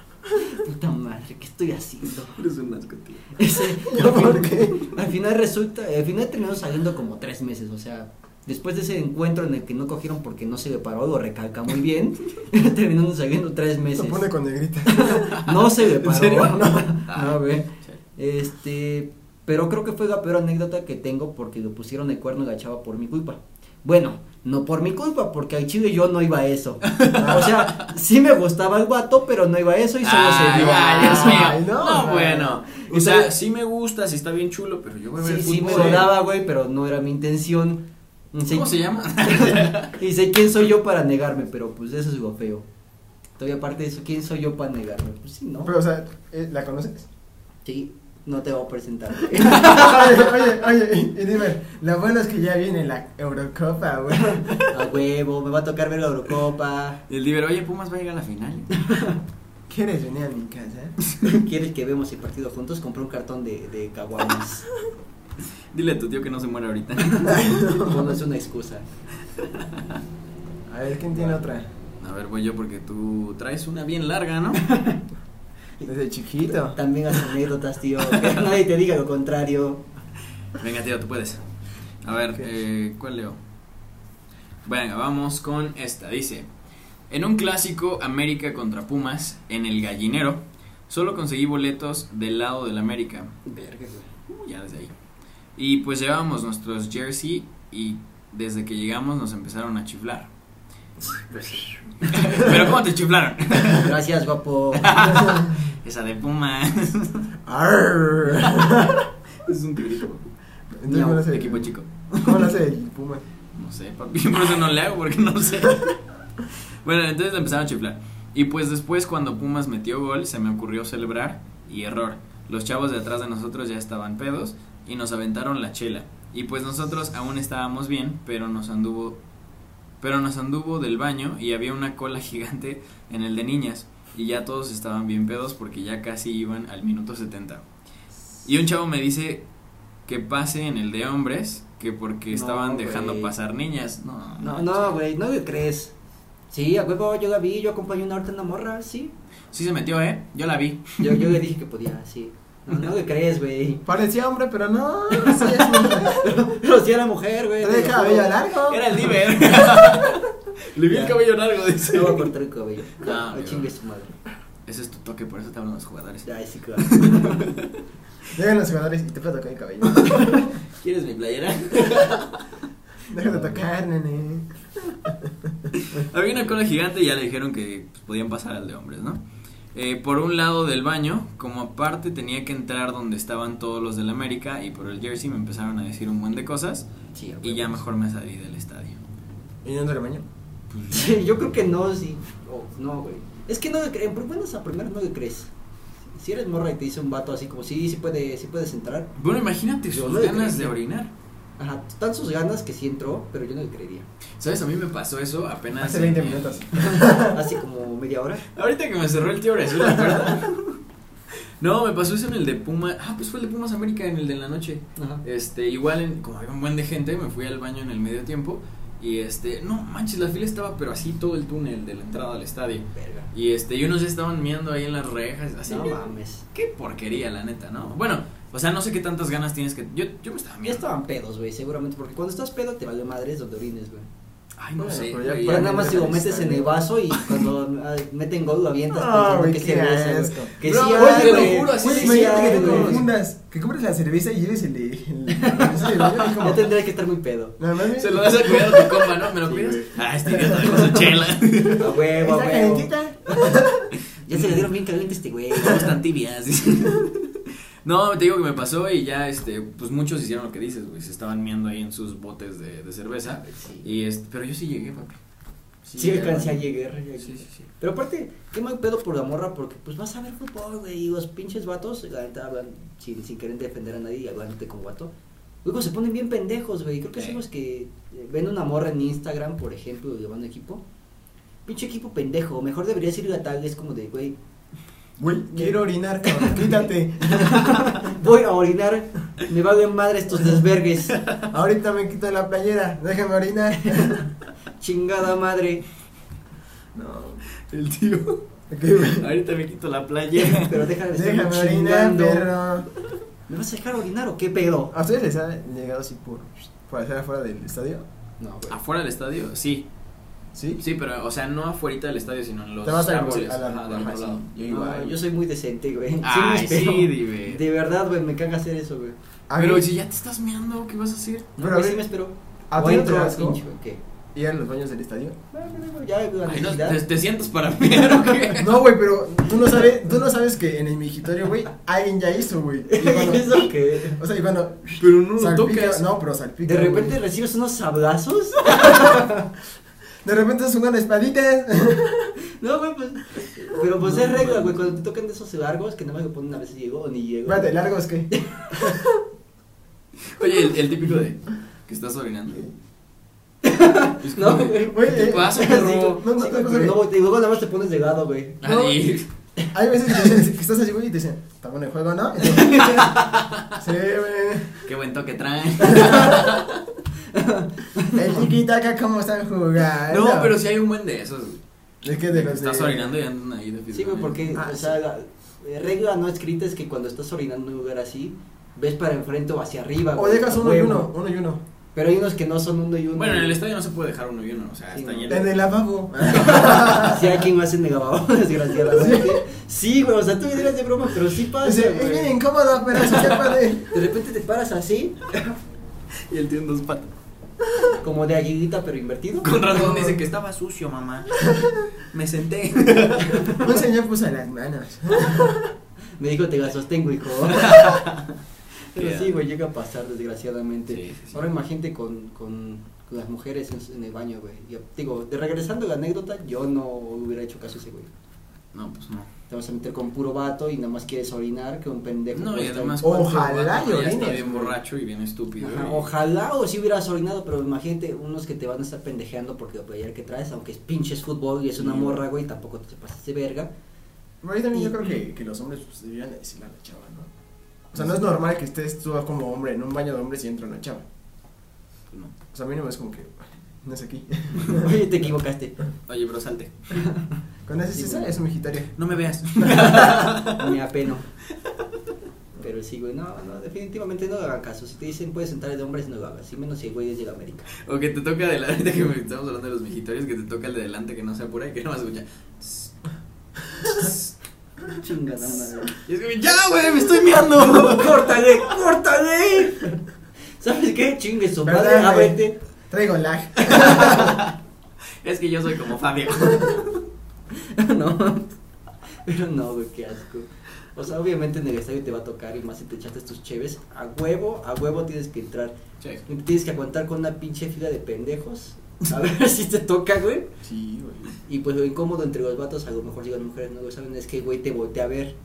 puta madre, ¿qué estoy haciendo?
Eres un asco, tío.
Ese-
¿Yo por qué?
al final resulta, al final terminamos saliendo como tres meses, o sea, después de ese encuentro en el que no cogieron porque no se le paró, lo recalca muy bien, terminamos saliendo tres
Se
meses.
pone con negrita.
No se le
¿En
paró.
serio?
No, güey. Este, pero creo que fue la peor anécdota que tengo porque le pusieron el cuerno a la chava por mi culpa. Bueno, no por mi culpa, porque al chile yo no iba a eso. O sea, sí me gustaba el vato, pero no iba a eso y solo se
Ay,
dio.
ay, Dios mío.
Ay, no,
no,
man.
bueno. O
O
sea,
sea,
sí me gusta, sí está bien chulo, pero yo voy a ver
Sí,
el
sí me
fútbol. eh.
lo daba, güey, pero no era mi intención. Y sé-
¿Cómo se llama?
Y sé quién soy yo para negarme, pero pues eso es lo feo. Todavía aparte de eso, ¿quién soy yo para negarme? Pues sí, ¿no?
Pero, o sea, ¿eh, ¿la conoces?
Sí, no te voy a presentar.
Oye, oye, oye. Y y dime, lo bueno es que ya viene la Eurocopa, güey.
A huevo, me va a tocar ver la Eurocopa.
Y el Diver, oye, Pumas va a llegar a la final.
¿Quieres venir a mi casa?
¿Quieres que vemos el partido juntos? Compré un cartón de, de caguamas.
Dile a tu tío que no se muera ahorita.
Bueno, es una excusa.
A ver, ¿quién tiene otra?
A ver, voy yo porque tú traes una bien larga, ¿no?
Desde chiquito.
También las anécdotas, tío. Que nadie te diga lo contrario.
Venga, tío, tú puedes. A ver, eh, ¿cuál leo? Venga, vamos con esta. Dice, en un clásico América contra Pumas, en el gallinero, Solo conseguí boletos del lado del América.
Verga, güey.
Uh, ya desde ahí. Y pues llevábamos nuestros jersey y desde que llegamos nos empezaron a chiflar. Pero ¿cómo te chiflaron?
Gracias, guapo.
Esa de Pumas.
Arr.
es un grifo.
Entonces, ¿cómo lo hace?
Equipo chico.
¿Cómo lo hace el Puma?
No sé, papi, por eso no le hago porque no sé. bueno, entonces le empezaron a chiflar. Y pues después cuando Pumas metió gol, se me ocurrió celebrar y error. Los chavos de atrás de nosotros ya estaban pedos y nos aventaron la chela. Y pues nosotros aún estábamos bien, pero nos anduvo pero nos anduvo del baño y había una cola gigante en el de niñas y ya todos estaban bien pedos porque ya casi iban al minuto 70. Y un chavo me dice que pase en el de hombres, que porque
No,
estaban dejando
güey.
pasar niñas. No,
No, no, güey, no me crees. Sí, a huevo, yo la vi, yo acompañé una horta en la morra, sí.
Sí se metió, ¿eh? Yo la vi.
Yo, yo le dije que podía, sí. No, no me crees, güey.
Parecía hombre, pero no. Sí, es mujer.
Pero sí era mujer, güey. "Oh".
Trae
te lo
cabello
juro.
largo.
Era el Diver. Le vi el cabello largo, dice. Ah,
No voy a cortar el cabello.
No,
No,
amigo.
chingue su madre.
Ese es tu toque, por eso te hablan los jugadores.
Ya, sí, claro.
Llegan los jugadores y te puedo tocar el cabello.
¿Quieres mi playera?
Déjate tocar, nene.
Había una cola gigante y ya le dijeron que pues, podían pasar al de hombres, ¿no? Eh, por un lado del baño, como aparte tenía que entrar donde estaban todos los del América y por el jersey me empezaron a decir un buen de cosas
Sí, a huevo.
y ya mejor me salí del estadio.
¿Y no el baño?
Sí, yo creo que no, sí. Oh, no, güey. Es que no le creen, por buenas a primeras no le crees. Si eres morra y te dice un vato así como, sí, sí, puede, sí puedes entrar.
Bueno, imagínate
Yo
sus
no le
ganas de
creía.
orinar.
Ajá, están sus ganas que sí entró, pero yo no le creería.
¿Sabes? A mí me pasó eso apenas...
Hace
en
20
el-
minutos.
Hace como media hora.
Ahorita que me cerró el tío Brasil, ¿te acuerdas? No, me pasó eso en el de Puma. Ah, pues fue el de Pumas América, en el de la noche.
Ajá.
Este, igual, en- como había un buen de gente, me fui al baño en el medio tiempo. Y este, no manches, la fila estaba, pero así todo el túnel de la entrada al estadio.
Verga.
Y este, y unos ya estaban mirando ahí en las rejas, así.
no
bien-
mames.
Qué porquería, la neta, ¿no? Bueno, o sea, no sé qué tantas ganas tienes que. Yo, yo me estaba
Ya
mirando.
estaban pedos, güey, seguramente. Porque cuando estás pedo te vale madres donde orines, güey.
Ay, no
Bueno,
sé.
pero ya
güey,
para
ya-
Ya nada más te lo
Ahí
metes
está,
en el
güey.
vaso y cuando ah, meten gol lo avientas
Ah,
pensando
güey,
que
qué
cerveza, güey.
asco.
Que
Bro,
sí
güey,
hay,
te lo
güey.
juro, así
Güey,
sí,
imagínate
sí,
que te
güey.
confundas. Que compres la cerveza y lleves el. el, el- el baño y como-
Ya tendría que estar muy pedo.
No, mami.
Se lo das a cuidado a tu compa, ¿no? ¿Me lo cuidas? Ah, este idiota con su chela.
A huevo, a
¿Está
huevo.
calentita?
Ya se le dieron bien caliente a este güey.
No están tibias. No, te digo que me pasó y ya, este, pues muchos hicieron lo que dices, güey. Se estaban meando ahí en sus botes de, de cerveza.
Sí,
Y este, pero yo sí llegué, papi.
sí
llegué al
alcancé a
baño.
llegar. ya
Sí, sí, sí.
Pero aparte, qué mal pedo por la morra, porque pues vas a ver fútbol, güey, y los pinches vatos, la neta, hablan sin, sin querer defender a nadie y hablándote con guato. Luego se ponen bien pendejos, güey, creo que
Sí.
son los que eh, ven una morra en Instagram, por ejemplo, llevando equipo. Pinche equipo pendejo, mejor deberías ir a tal, es como de, güey,
Güey, quiero orinar, cabrón. Quítate.
voy a orinar, me va bien madre estos desvergues,
Ahorita me quito la playera. Déjame orinar.
chingada madre.
No.
El tío.
Ok, güey.
Ahorita me quito la playa.
Pero déjame estar
Déjame orinar,
chingando.
perro.
¿Me vas a dejar orinar o qué pedo? Ah,
¿A ustedes les ha llegado así por, por hacer afuera del estadio?
No, güey.
¿Afuera del estadio? Sí.
¿Sí?
Sí, pero, o sea, no afuera del estadio, sino en los
Te vas a la-
árboles.
a la-
ajá, del
ajá,
otro
sí.
lado.
Yo
No,
igual.
yo soy muy decente, güey. Sí,
Ah. Ay,
me espero.
sí, dime.
De verdad, güey, me caga hacer eso, güey.
A mí-
Pero si ya te estás meando, ¿qué vas a hacer?
No,
Pero a
güey,
ver,
sí me espero.
¿a
O
ti no te
entro
da
al
asco
pinche, güey, ¿qué?
ir a los baños del estadio?
Bueno, Ya, güey,
Ay, no,
necesidad.
¿te, te sientas para mear o qué?
No, güey, pero tú no sabes, tú no sabes que en el migitorio, güey, alguien ya hizo, güey. Y cuando-
¿Eso qué?
O sea, y cuando
Pero no lo
salpica,
tocas.
no, pero salpica.
De repente
güey.
recibes unos sablazos.
de repente es una espadita.
No, güey, pues. Pero pues es regla, güey. Cuando te tocan de esos largos, que nada más lo ponen a veces llego o ni llego.
Espérate, largo es que.
Oye, el, el típico de que estás orinando. Es
No,
como de,
güey.
Güey,
¿Qué
eh,
te pasa,
Sí,
perro?
güey,
No, no,
sí,
no,
güey,
no.
no, güey, y luego nada más te pones de lado, güey.
no.
Ay,
Hay veces que, te dicen que estás así, güey, y te dicen, está bueno el juego, ¿no? Y tú, sí, güey.
qué buen toque traen.
El tiquitaca, ¿cómo están jugando?
No, pero si hay un buen de esos. güey.
Es que de los
Estás
de-
orinando y andan ahí de
Sí, güey, porque,
Ah,
o sea, la eh, regla no escrita es que cuando estás orinando en un lugar así, ves para enfrente o hacia arriba.
O
güey,
dejas
a
uno y
huevo.
uno, uno y uno.
Pero hay unos que no son uno y uno.
Bueno, en el estadio no se puede dejar uno y uno, o sea,
Sí,
está
no.
lleno.
En el lavabo.
Si hay quien lo hace en Megababón, desgraciadamente. Sí, güey, o sea, tú me dirás de broma, pero sí pasa.
Dice, es
güey.
bien incómodo, pero se escapa de.
De repente te paras así,
Y él tiene dos patas.
como de aguilita, pero invertido.
Con razón dice que estaba sucio, mamá. Me senté.
Un señor puso las manos.
Me dijo, te la sostengo, hijo. Pero
Yeah.
sí, güey, llega a pasar, desgraciadamente.
Sí, sí, sí.
Ahora imagínate con, con las mujeres en, su- en el baño, güey. Yo- Digo, de regresando a la anécdota, yo no hubiera hecho caso a ese güey.
No, pues no.
Te vas a meter con puro vato y nada más quieres orinar que un pendejo.
No, y
puesto ahí.
además.
Ojalá
cuando
y
ya está
orines,
bien
güey.
borracho y bien estúpido.
Ajá,
y-
ojalá o si hubieras orinado, pero imagínate unos que te van a estar pendejeando porque la playera que traes, aunque es pinches fútbol y es una
Sí.
morra, güey, tampoco te pasas de verga.
Pero ahí también yo creo que, que los hombres pues, debían decirle a la chava, ¿no? O sea, no es normal que estés tú como hombre en un baño de hombres y entra una chava.
pues No.
O sea, a mí no me es como que. No es aquí.
Oye, te equivocaste.
Oye, bro, salte.
Cuando haces
Sí,
esa,
güey.
es mexitaria.
No me veas.
Me apeno. Pero sí, güey, no, no, definitivamente no hagan caso. Si te dicen puedes sentar de hombres, no lo hagas. Y menos si el güey es de la América.
O que te toca adelante, que estamos hablando de los mijitorios, que te toca el de adelante que no se apura y que no más escucha.
Chinga, no, no, no.
Y es que, ya, güey, me estoy mirando.
¡Córtale! ¡Córtale! ¿Sabes qué? Chingue su madre, Ah,
Perdón, güey.
ábrete.
Traigo lag.
Es que yo soy como Fabio.
no. Pero no, güey, qué asco. O sea, obviamente en el estadio te va a tocar y más si te echaste tus cheves. A huevo, a huevo tienes que entrar.
Che,
Tienes que aguantar con una pinche fila de pendejos. A ver si te toca, güey.
Sí, güey.
Y pues lo incómodo entre los vatos, a lo mejor si las mujeres no lo saben, es que güey te voltea a ver.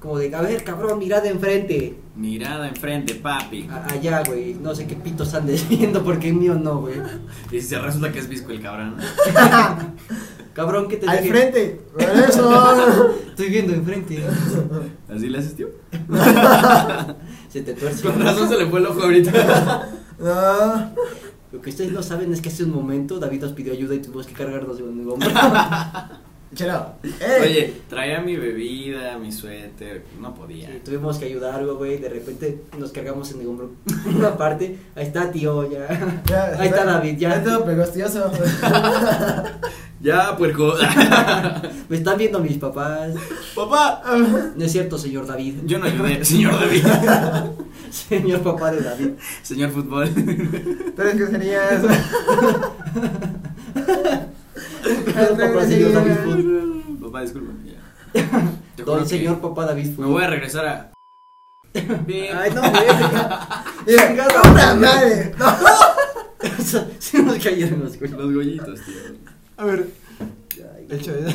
Como de, a ver, cabrón, mira de enfrente.
mirada enfrente, papi.
Ah.
A- allá, güey. No sé qué pitos andes viendo porque el mío no, güey.
Y si se resulta que es visco el cabrón.
Cabrón, ¿qué te
Al
dije?
frente. Por Eso.
Estoy viendo enfrente.
¿Así le asistió?
Se te tuerce.
Con razón se le fue el ojo ahorita.
No.
Lo que ustedes no saben es que hace un momento David os pidió ayuda y tuvimos que cargarnos de un hombro.
Chelo. ¡Eh!
Oye, traía mi bebida, mi suéter. No podía.
Y tuvimos que ayudarlo, güey. De repente nos cargamos en el hombro. Una parte. Ahí está, tío, ya.
Ya,
Ahí está David, ya.
Ahí todo pegostioso.
Ya, puerco.
Me están viendo mis papás.
Papá.
No es cierto, señor David.
Yo no ayudé, señor David.
Señor papá de David.
Señor fútbol.
Tres groserías.
Señor papá, señor David Food.
Papá, disculpa. ya. Te juro
Don
que
señor papá David
Me
Food.
voy a regresar a. Bien.
Ay, no, güey.
Mira,
Chingada
¡Puta
madre.
madre! No.
Se- Se nos cayeron los güeyes.
Los gollitos, tío.
A ver,
Ay,
el chavido.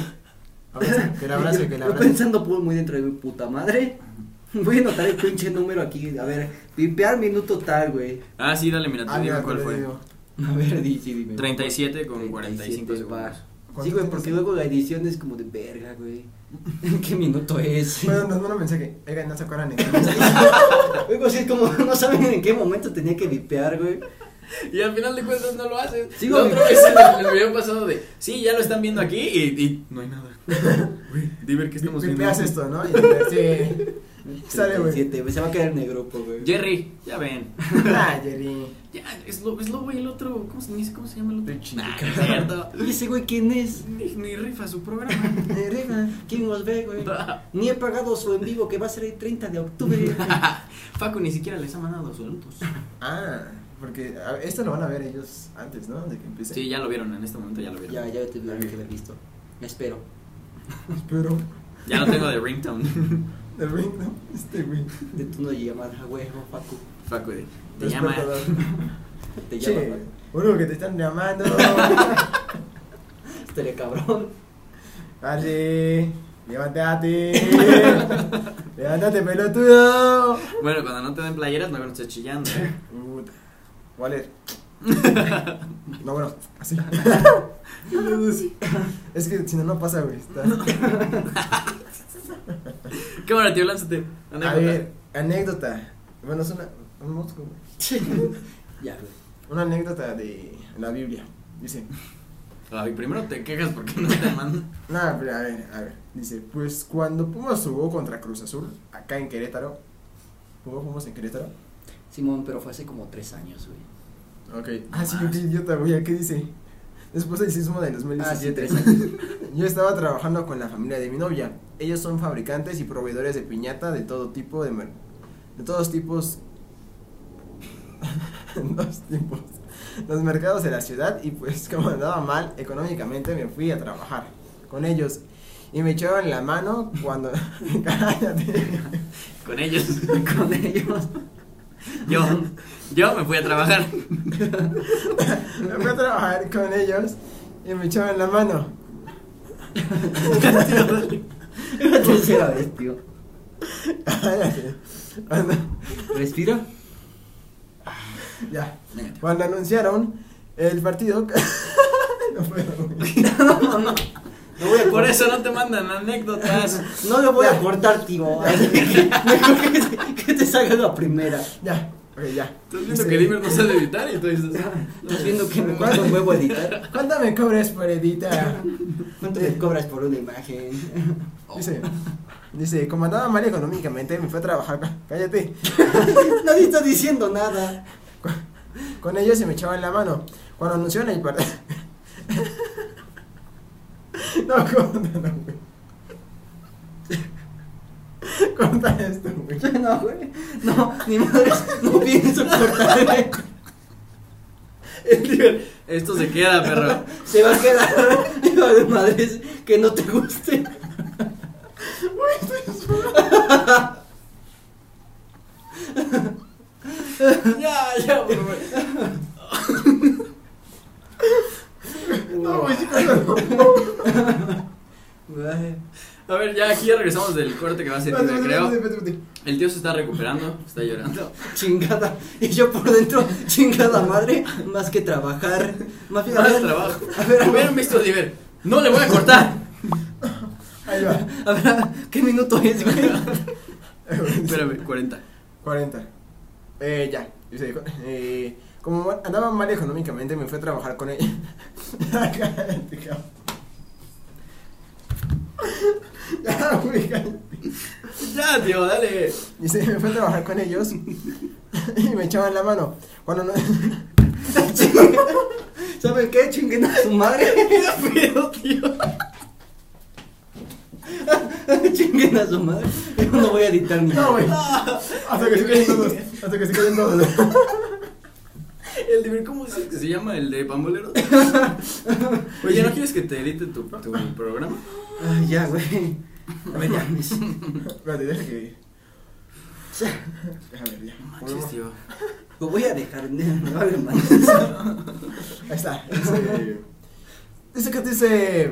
Abrazo, que la abrazo, que la
Yo
abrazo.
pensando pues, muy dentro de mi puta madre. Voy a anotar el pinche número aquí. A ver, limpiar minuto tal, güey.
Ah, sí, dale, mira,
Ah,
te digo
mira,
cuál
te
fue.
digo.
A ver, di, sí, dime.
37 con 45
37
segundos.
va. Sí,
¿Cuánto
güey, porque
tienes?
luego la edición es como de verga, güey. ¿Qué minuto es?
Bueno, nos mandó un mensaje. Oigan, no se acuerdan.
Luego sí, es como no saben en qué momento tenía que vipear, güey.
Y al final de cuentas no lo haces.
Sí,
la
güey.
otra vez se me había pasado de, sí, ya lo están viendo aquí y, y no hay nada. Güey, di ver qué estamos viendo.
Pipeas esto, ¿no? Y sí. Sale, güey.
37, Se va a caer en el grupo, güey.
Jerry, ya ven.
Ah, Jerry.
Ya, es lo, es lo, güey, el otro, ¿cómo se, ni sé cómo se llama el otro? Nah, no es cierto.
¿Y ese güey quién es?
Ni, ni rifa su programa.
Eh, Rega, ¿Quién nos ve, güey? Ni he pagado su en vivo que va a ser el 30 de octubre.
Facu ni siquiera les ha mandado saludos.
Ah, porque a ver, esto lo van a ver ellos antes, ¿no? De que empiece.
Sí, ya lo vieron, en este momento ya lo vieron.
ya, ya te tuvieron que haber visto. Me espero.
Pues, Pero,
Ya lo tengo de ringtone.
el ring, ¿no? Este güey.
De tu no llamada, güey, no, Facu.
Facu, de, te llama.
Te llama,
Che,
güey.
Pues, uno que te están llamando.
Estaría cabrón.
Dale, levántate. levántate, pelotudo.
Bueno, cuando no te den playeras, no estés chillando. ¿eh?
Puta. Valer. No, bueno, así. es que si no, no pasa, güey. Está-
Cámara, tío, lánzate.
A
Anécdota.
ver, anécdota. Bueno, es una. Un mosco, güey.
ya, güey.
Una anécdota de la Biblia. Dice,
Ay, primero te quejas porque no te mandan.
nada, pero a ver, a ver. Dice, pues cuando Pumas jugó contra Cruz Azul, acá en Querétaro, jugó Pumas en Querétaro.
Simón, pero fue hace como tres años, güey.
Ok. Ah, sí, qué idiota, güey. ¿a ¿Qué dice? Después del sismo del
Ah, sí,
2017.
tres años.
Yo estaba trabajando con la familia de mi novia. Ellos son fabricantes y proveedores de piñata de todo tipo de mer- de todos tipos dos tipos. Los mercados de la ciudad y pues como andaba mal económicamente me fui a trabajar con ellos y me echaron la mano cuando cállate.
Con ellos.
Con ellos.
Yo, yo me fui a trabajar.
Me fui a trabajar con ellos y me echaban la mano.
La tercera vez, tío.
Cállate. Cuando-
Respira.
ya.
Venga.
Cuando anunciaron el partido. No puedo, güey.
Por eso no te mandan anécdotas.
No lo voy a cortar, tío. Mejor que te, que te salga la primera.
ya, ok, ya.
Estás viendo
Dice,
que Dimer no sabe editar y tú dices. "Ah,
Estás viendo que me cuesta un huevo editar.
¿Cuánto me cobras por editar?
¿Cuánto me cobras por una imagen?
Dice, dice, como andaba mal económicamente, me fue a trabajar. con- Cállate.
Nadie está diciendo nada.
Con ellos se me echaban la mano. Cuando anunciaron el partido. no, cuéntalo, güey. Cuenta esto, güey.
No, güey. No, ni madre. No pienso cortarme.
El Dimer, Esto se queda, perro.
Se va a quedar. Y va a haber madres que no te guste.
Ya, ya, por favor.
No, güey, sí, cuéntalo.
A ver, ya aquí ya regresamos del corte que va a ser
Espérate,
Tinder,
espérate,
creo.
espérate, espérate.
El tío se está recuperando, está llorando.
Chingada. Y yo por dentro, chingada madre. Más que trabajar. Más bien. a
Más
ver,
trabajo.
A ver, a ver.
Hubieran visto a Diver. No le voy a cortar.
Ahí va.
A ver, a ver, ¿qué minuto es, güey?
Espérame, 40.
40. Eh, ya. Dice, eh, como andaba mal económicamente, me fui a trabajar con ella. cállate, cabrón. Ya, güey, cállate.
Ya, tío, dale.
Dice, me fui a trabajar con ellos y me echaban la mano. Cuando no.
¿Saben qué? Chinguen a su madre.
Pero, tío.
Chinguen a su madre. Yo no voy a editar ni
No, güey. Hasta que se caen todos. Hasta que se caen todos.
El Diver, ¿cómo es que se llama? El de Pambolero. Oye, ¿no quieres que te edite tu, tu programa?
Ay, ya, güey. A ver, ya. mis-
Espérate, deja que. Déjame ver, ya.
Manches, tío.
Lo voy a dejar. ne- Me vale mal.
Ahí está. Dice, dice que dice.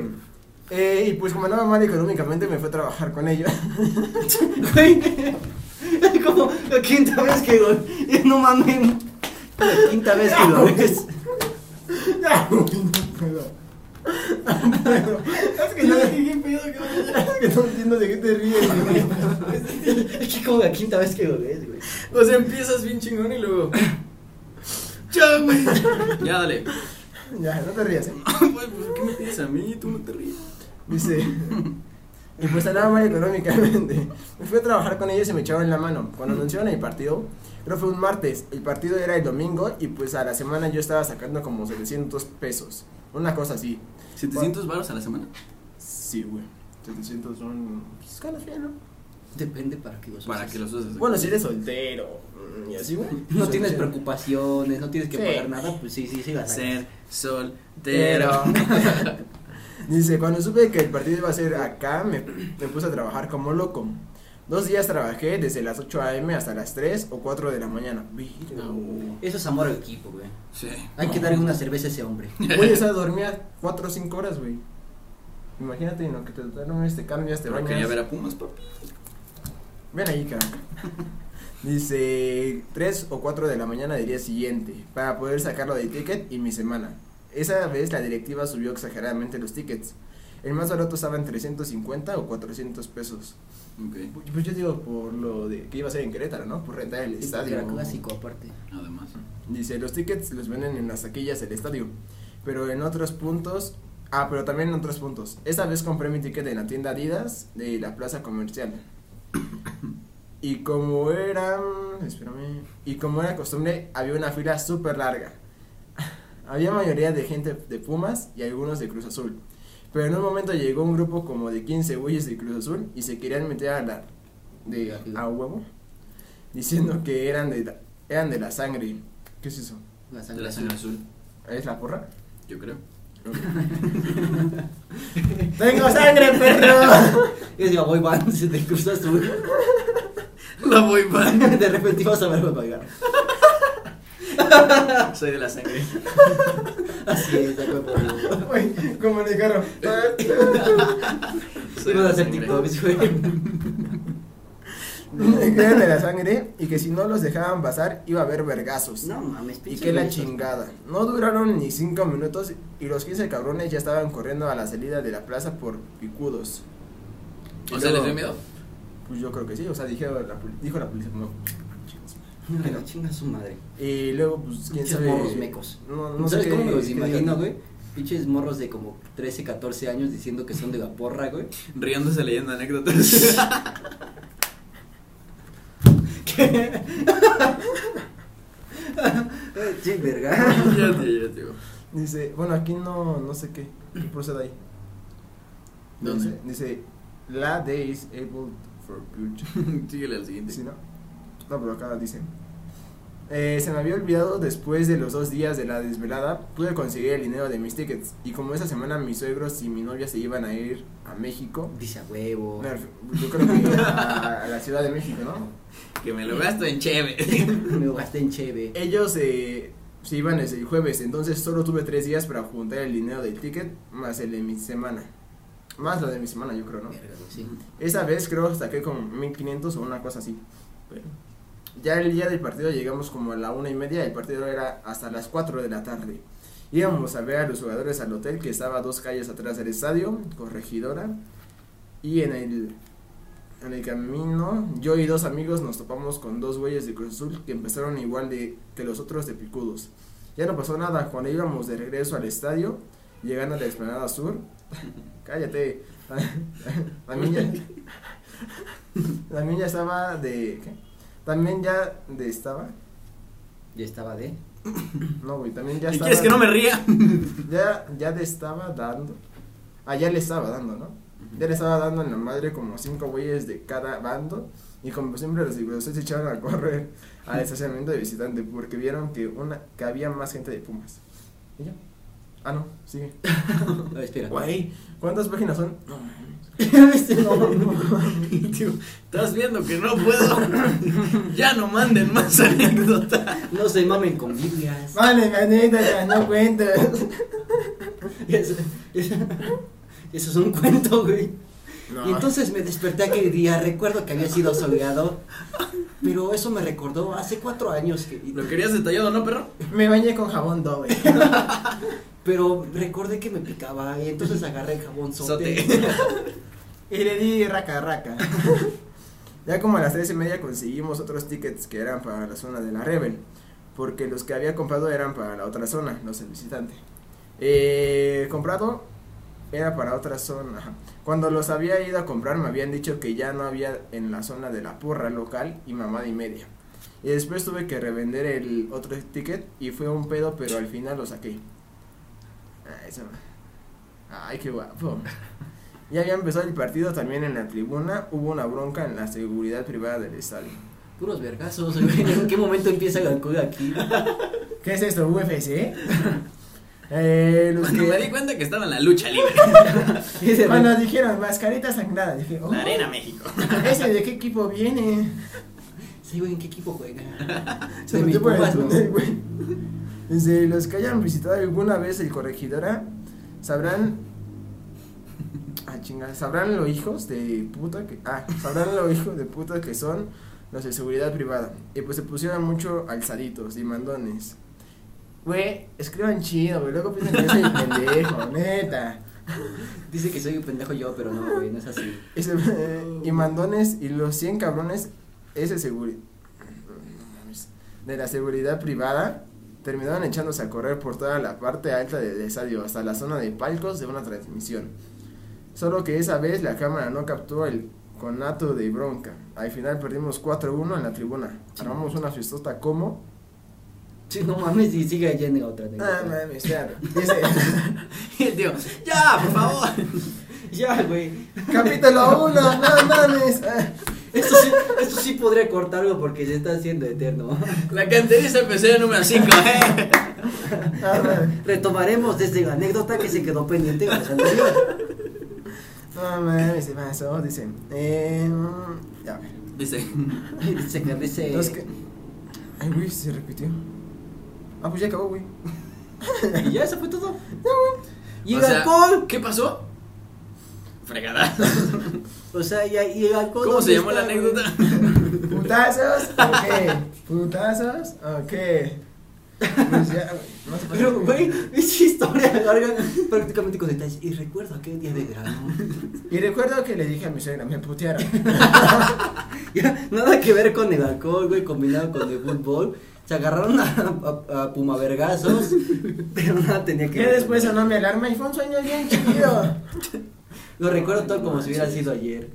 eh, y pues como andaba mal económicamente, me fue a trabajar con ellos.
Güey. Es como la quinta vez que lo. No mames. La quinta vez que lo ves.
Ya, güey, no puedo. No puedo. Es que no, es que no entiendo de qué te ríes, güey.
Es que como la quinta vez que lo ves, güey.
O sea, empiezas bien chingón y luego. Chao, güey. Ya, dale.
Ya, no te rías. eh.
Güey, pues, ¿Qué me pides a mí? Tú no te ríes.
Dice. Y pues andaba mal económicamente. Me fui a trabajar con ellos y me echaban la mano. Cuando anunciaron el partido, creo fue un martes. El partido era el domingo y pues a la semana yo estaba sacando como 700 pesos. Una cosa así.
700 baros a la semana.
Sí, güey. 700 son. Pues ganas bien, ¿no?
Depende para qué los
Pues, Para
uses.
que los uses.
Bueno, si eres soltero. mm, Y así, güey.
No
Pues,
tienes
sí.
preocupaciones, no tienes que
Sí.
pagar nada, pues sí, sí, sí, la sacas.
Ser soltero.
Dice, cuando supe que el partido iba a ser acá, me, me puse a trabajar como loco. Dos días trabajé desde las 8 a.m. hasta las 3 o 4 de la mañana. Virga, güey.
Eso es amor al equipo, güey.
Sí.
Hay que darle una cerveza a ese hombre.
Güey, esa dormía 4 o 5 horas, güey. Imagínate en lo que te este duermes, te cambias, te
Pero
bañas.
quería ver a Pumas, papi.
Ven ahí, caraca. Dice 3 o 4 de la mañana del día siguiente para poder sacarlo del ticket y mi semana. Esa vez la directiva subió exageradamente los tickets. El más barato estaba en 350 o 400 pesos.
Ok,
Pues pues yo digo por lo de que iba a ser en Querétaro, ¿no? Por rentar el estadio.
Era clásico, aparte.
además.
Dice, los tickets los venden en las taquillas del estadio, pero en otros puntos... Ah, pero también en otros puntos. Esta vez compré mi ticket en la tienda Adidas de la plaza comercial. Y como era... Espérame. Y como era costumbre, había una fila súper larga. Había mayoría de gente de Pumas y algunos de Cruz Azul. Pero en un momento llegó un grupo como de 15 güeyes de Cruz Azul y se querían meter a la de a huevo diciendo que eran de la- eran de la sangre. ¿Qué es eso?
La
De
sangre
la
azul.
sangre azul,
¿Es la porra?
yo creo.
¡Tengo sangre, perro!
Es de Boy Band, se te cruza azul.
La voy band.
De repente ibas a verlo pagar.
Soy de la sangre.
Así es, de acuerdo.
Güey, como en el carro.
Soy de
Ibas a
la
hacer
sangre.
TikToks, güey.
que eran de la sangre y que si no los dejaban pasar iba a haber vergazos.
No mames,
Y
pinche
que la
güey.
chingada. No duraron ni cinco minutos y los 15 cabrones ya estaban corriendo a la salida de la plaza por picudos.
O sea, ¿les dio miedo?
Pues yo creo que sí, o sea, dijeron la, poli- dijo la policía, no.
Que la chinga su madre.
Y luego, pues, quién
Pinches
sabe.
morros mecos.
No, no
¿Sabes
sé
cómo
qué-
me los
qué
imagino,
digan.
güey? Pinches morros de como 13, 14 años diciendo que son de la porra, güey.
Riéndose leyendo anécdotas.
Sí, verga.
ya, tío, ya, tío.
Dice, bueno, aquí no, no sé qué, qué procede ahí.
¿Dónde?
Dice, dice, la day is able for good.
Síguele al siguiente.
Sí, ¿no? No, pero acá dice. Eh, se me había olvidado después de los dos días de la desvelada, pude conseguir el dinero de mis tickets. Y como esa semana mis suegros y mi novia se iban a ir a México,
Dice a huevo.
me ref- yo creo que a, a la Ciudad de México, ¿no?
Que me lo gasto en cheve.
Me lo gasté en cheve.
Ellos eh, se iban el jueves, entonces solo tuve tres días para juntar el dinero del ticket más el de mi semana. Más lo de mi semana, yo creo, ¿no?
Verga, güey, sí.
Esa vez creo saqué como 1500 o una cosa así. Pero ya el día del partido llegamos como a la una y media, el partido era hasta las 4 de la tarde. Íbamos a ver a los jugadores al hotel que estaba dos calles atrás del estadio, corregidora, y en el, en el camino yo y dos amigos nos topamos con dos güeyes de Cruz Azul que empezaron igual de, que los otros de picudos. Ya no pasó nada, cuando íbamos de regreso al estadio, llegando a la explanada sur, cállate, también ya, también ya estaba de, ¿qué? También ya de estaba.
Ya estaba de.
No, güey, también ya
¿Y
estaba.
quieres que no me ría?
Ya, ya le estaba dando. Ah, ya le estaba dando, ¿no? Ya le estaba dando en la madre como cinco güeyes de cada bando. Y como siempre los diputados se echaron a correr al estacionamiento de visitante porque vieron que una que había más gente de Pumas. ¿Y ya? Ah, no, sigue.
Ah, espera.
Güey, ¿cuántas páginas son? No,
Este, no,
no,
no.
no.
Tío, Estás viendo que no puedo. ya no manden más anécdotas.
No se mamen con Biblias.
Vale, manita, no cuentes.
Eso, eso- eso es un cuento, güey.
No.
Y entonces me desperté aquel día, recuerdo que había sido soleado, pero eso me recordó hace cuatro años que...
¿Lo querías detallado, no, perro?
Me bañé con jabón doble.
Pero recordé que me picaba y entonces agarré el jabón sote.
Sote.
Y le di raca raca. ya como a las tres y media conseguimos otros tickets que eran para la zona de la Rebel. Porque los que había comprado eran para la otra zona, los del visitante. Eh, comprado era para otra zona. ajá. Cuando los había ido a comprar me habían dicho que ya no había en la zona de la porra local y mamada y media. Y después tuve que revender el otro ticket y fue un pedo, pero al final lo saqué. Ay, se va. Ay, qué guapo. Ya había empezado el partido también en la tribuna, hubo una bronca en la seguridad privada del estadio.
Puros vergazos, güey. ¿En qué momento empieza el alcohol aquí?
¿Qué es esto, UFC? eh, los
Cuando me di
que...
cuenta que estaba en la lucha libre.
Ese-
Cuando dijeron mascarita sangrada, dije, oh,
La Arena México.
¿ese de qué equipo viene?
Sí, güey, ¿en qué equipo juega?
Se
De mis
metió por el
pumas,
túnel,
¿no?
güey. Desde los que hayan visitado alguna vez el corregidora, sabrán. Ah, chingada. Sabrán los hijos de puta que. Ah, sabrán los hijos de puta que son los de seguridad privada. Y pues se pusieron mucho alzaditos y mandones. Güey, escriban chido, güey. Luego piensan que yo soy pendejo, neta.
Dice que soy un pendejo yo, pero no, güey, no es así.
Y, se- y mandones y los 100 cabrones, ese seguridad de la seguridad privada terminaron echándose a correr por toda la parte alta del estadio hasta la zona de palcos de una transmisión. Solo que esa vez la cámara no captó el conato de bronca. Al final perdimos 4-1 en la tribuna. Armamos una fiestota como
Sí, no mames, y sigue allá en la otra.
Ah,
anécdota.
mames, claro. Dice,
Y el tío, ya, por favor.
Ya, güey.
capítulo 1, no mames. Ah,
Esto sí, esto sí podría cortarlo porque se está haciendo eterno.
La canteriza empecé en número 5.
ah, mames.
Retomaremos desde la anécdota que se quedó pendiente con los anteriores.
No mames, se pasó. Dice, eh. mm, Ya, a ver.
Dice,
Se que dice-
Entonces, ¿qué? Ay, güey, se repitió. Ah, pues ya acabó, güey.
Y ya, eso fue todo. Y
o
el
sea,
alcohol.
¿Qué pasó? Fregada.
O sea, y, y el alcohol.
¿Cómo se llamó
¿dónde
la
está, güey?
anécdota?
Putazos, ok. Putazos, ok. Pues ya, güey, no se pasa.
Pero, güey, es historia larga prácticamente con detalles. Y recuerdo aquel día de verano.
Y recuerdo que le dije a mi suegra, me putearon.
Ya, nada que ver con el alcohol, güey, combinado con el fútbol. Se agarraron a, a, a pumavergazos, pero nada tenía que
Que
ver.
después sonó mi alarma y fue un sueño bien chido.
Lo recuerdo todo como si hubiera sido ayer.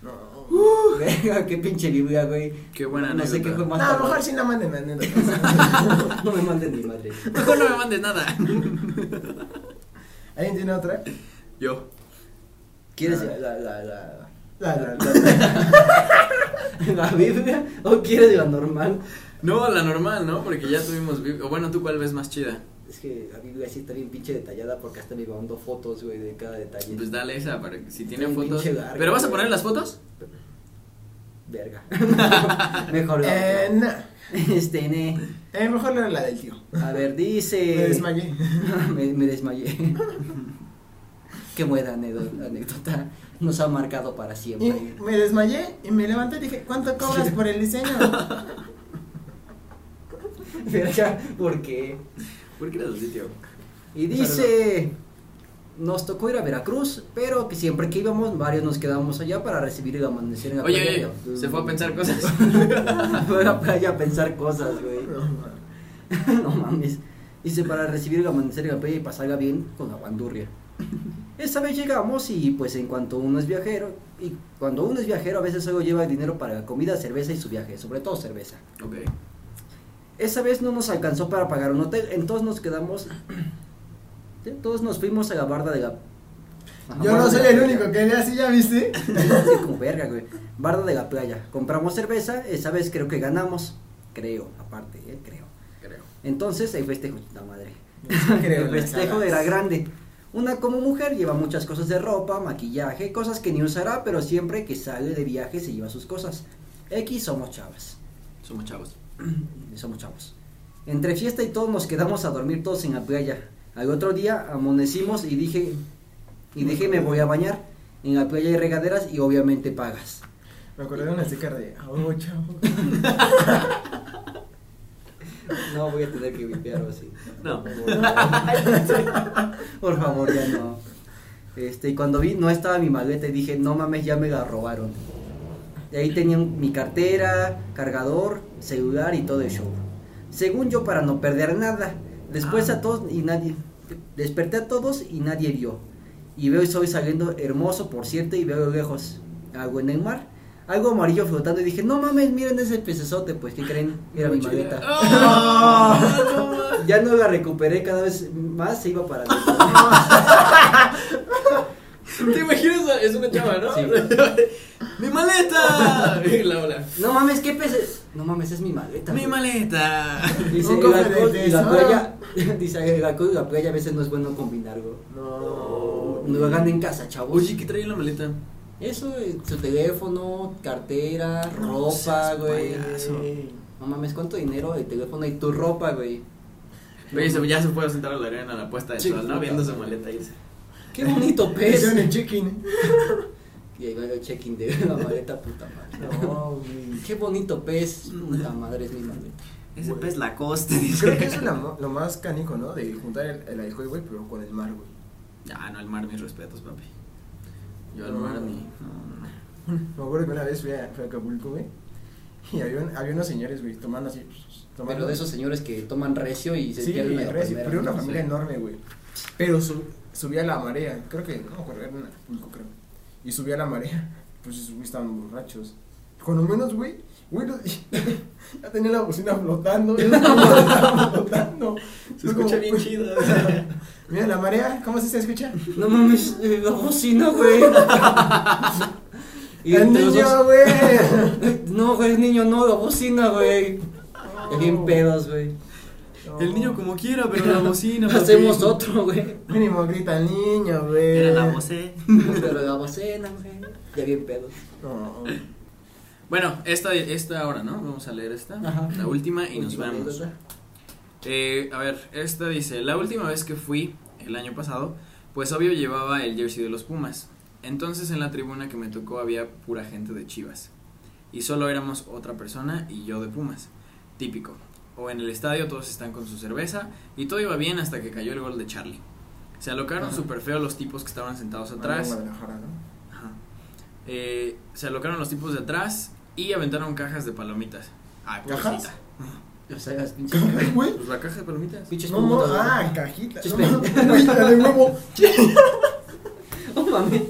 No,
Venga, qué pinche Biblia, güey.
Qué buena
No sé
anécdota.
qué fue más.
No, a lo
cabrón.
mejor sí la manden anécdotas.
no me manden ni madre.
Mejor no me mandes nada.
¿Alguien tiene otra?
Yo. Ah.
¿Quieres la, la, la, la,
La, la, la.
la Biblia o quieres la normal?
No, la normal, ¿no? Porque ya tuvimos. vi- O bueno, ¿tú cuál ves más chida?
Es que la Biblia sí está bien pinche detallada porque hasta me iba dando fotos, güey, de cada detalle.
Pues dale esa para que si tiene
Está bien
fotos.
pinche larga,
¿Pero vas a poner
güey.
las fotos?
Verga. Mejor la otra.
Eh, no.
Este, ne.
Eh, mejor la, la del tío.
A ver, dice.
Me desmayé.
me, me desmayé. Qué buena anédo- anécdota. Nos ha marcado para
Y
siempre.
me desmayé y me levanté y dije, ¿cuánto cobras por el diseño?
Verga, ¿por qué?
¿Por qué eres así, tío?
Y dice, nos tocó ir a Veracruz, pero que siempre que íbamos, varios nos quedábamos allá para recibir el amanecer en la
Oye,
playa.
oye, oye, se fue a pensar cosas.
Fue a la playa a pensar cosas, güey.
No, mames.
no mames. Dice, para recibir el amanecer en la playa y pasarla bien con la bandurria. Esa vez llegamos y pues en cuanto uno es viajero, y cuando uno es viajero a veces solo lleva dinero para comida, cerveza y su viaje, sobre todo cerveza.
Ok.
Esa vez no nos alcanzó para pagar un hotel, entonces nos quedamos. Todos nos fuimos a la barda de la. Ajá,
Yo
barda
no
de
soy
la
el
playa.
único que ve así, ¿ya viste?
Sí, como verga, güey. Barda de la playa. Compramos cerveza, esa vez creo que ganamos. Creo, aparte, eh, creo.
Creo.
Entonces el festejo, la madre.
Creo
el
en las
festejo
hadas.
era grande. Una como mujer lleva muchas cosas de ropa, maquillaje, cosas que ni usará, pero siempre que sale de viaje se lleva sus cosas. X somos chavas.
Somos chavos.
somos chavos. Entre fiesta y todo nos quedamos a dormir todos en la playa. Al otro día amanecimos y dije, y dije me voy a bañar. En la playa hay regaderas y obviamente pagas.
Me acordé de una sticker de, oh, chavo.
No voy a tener que vipearlo así.
No.
Por favor, ya no. Este, y cuando vi, no estaba mi maleta y dije, no mames, ya me la robaron. Y ahí tenían mi cartera, cargador, celular y todo el show. Según yo, para no perder nada. Después
Ah.
a todos y nadie. Desperté a todos y nadie vio. Y veo y soy saliendo hermoso, por cierto, y veo lejos algo en el mar. Algo amarillo flotando y dije, no mames, miren ese pecesote, pues, ¿qué creen? Era mi maleta.
¡Ah!
Ya no la recuperé, cada vez más se iba para adentro.
¿Te imaginas? Es una chava, ¿no?
Sí.
¡Mi maleta! Y la ola.
No mames, ¿qué peces? No mames, es mi maleta.
¡Mi
güey.
maleta!
Dice,
Un
el
cofre de
alcohol y la
tesoro.
playa. Dice, el alcohol y la playa a veces no es bueno combinarlo.
No.
No lo hagan en casa, chavos.
Oye, ¿qué trae en la maleta?
Eso, eh, su teléfono, cartera, ropa,
seas
güey.
payaso.
No mames, ¿cuánto dinero el teléfono y tu ropa, güey?
Oye, se- ya se puede sentar a la arena a la puesta del
Sí,
sol, ¿no?
puta.
Viendo su maleta y dice.
Qué bonito pez.
Hicieron el check-in.
y ahí va el check-in de la maleta, puta madre.
No, güey.
Qué bonito pez. Puta madre, es mi maleta.
Ese pez la costa.
Creo que eso es la mo- lo más canico, ¿no? De juntar el, el alcohol, güey, pero con el mar, güey.
Ah, no, al mar mis respetos, papi. Yo al
No.
mar ni. no, no.
Me acuerdo que una vez fui a, fui a Acapulco, güey. Y había, un- había unos señores, güey, tomando así. Tomando.
Pero de esos señores que toman recio y se
Sí,
pierden a la
recio,
primera.
pero era
¿no?
una familia
Sí.
enorme, güey. Pero su- subía la marea. Creo que, no me acuerdo, era en Acapulco, creo. Y subía la marea. Pues esos güey estaban borrachos. Con lo menos, güey, Güey, no- ya tenía la bocina flotando. Ya estaba flotando.
Se
Fue como,
escucha bien
güey,
chido.
Mira la marea, ¿cómo se escucha?
No mames, eh, la bocina, güey. Y
El
entre los
niño,
dos-
güey.
No, güey, niño, no, la bocina, güey. Bien pedos, güey.
El niño como quiera, pero la bocina.
Hacemos
papi.
otro, güey.
Mínimo grita el niño, güey.
Era la
eh.
voce.
Pero la bocina, güey. Ya bien pedos.
No.
Bueno, esta, esta ahora, ¿no? Vamos a leer esta.
Ajá.
La última Ah, y nos
Última
vamos.
anécdota.
Eh, a ver, esta dice, la última vez que fui, el año pasado, pues obvio llevaba el jersey de los Pumas. Entonces en la tribuna que me tocó había pura gente de Chivas. Y solo éramos otra persona y yo de Pumas. Típico. O en el estadio todos están con su cerveza y todo iba bien hasta que cayó el gol de Charlie. Se alocaron
Ajá.
súper feo los tipos que estaban sentados
Bueno,
atrás.
Guadalajara, ¿no?
Ajá. Eh, se alocaron los tipos de atrás y aventaron cajas de palomitas. Ah,
¿Cajas?
pobrecita.
O sea, las pinches.
Güey.
Pues la caja de palomitas.
Pinches
No, no,
putas, güey.
ah, cajita.
Chispe.
No, güey, la de huevo.
No mames.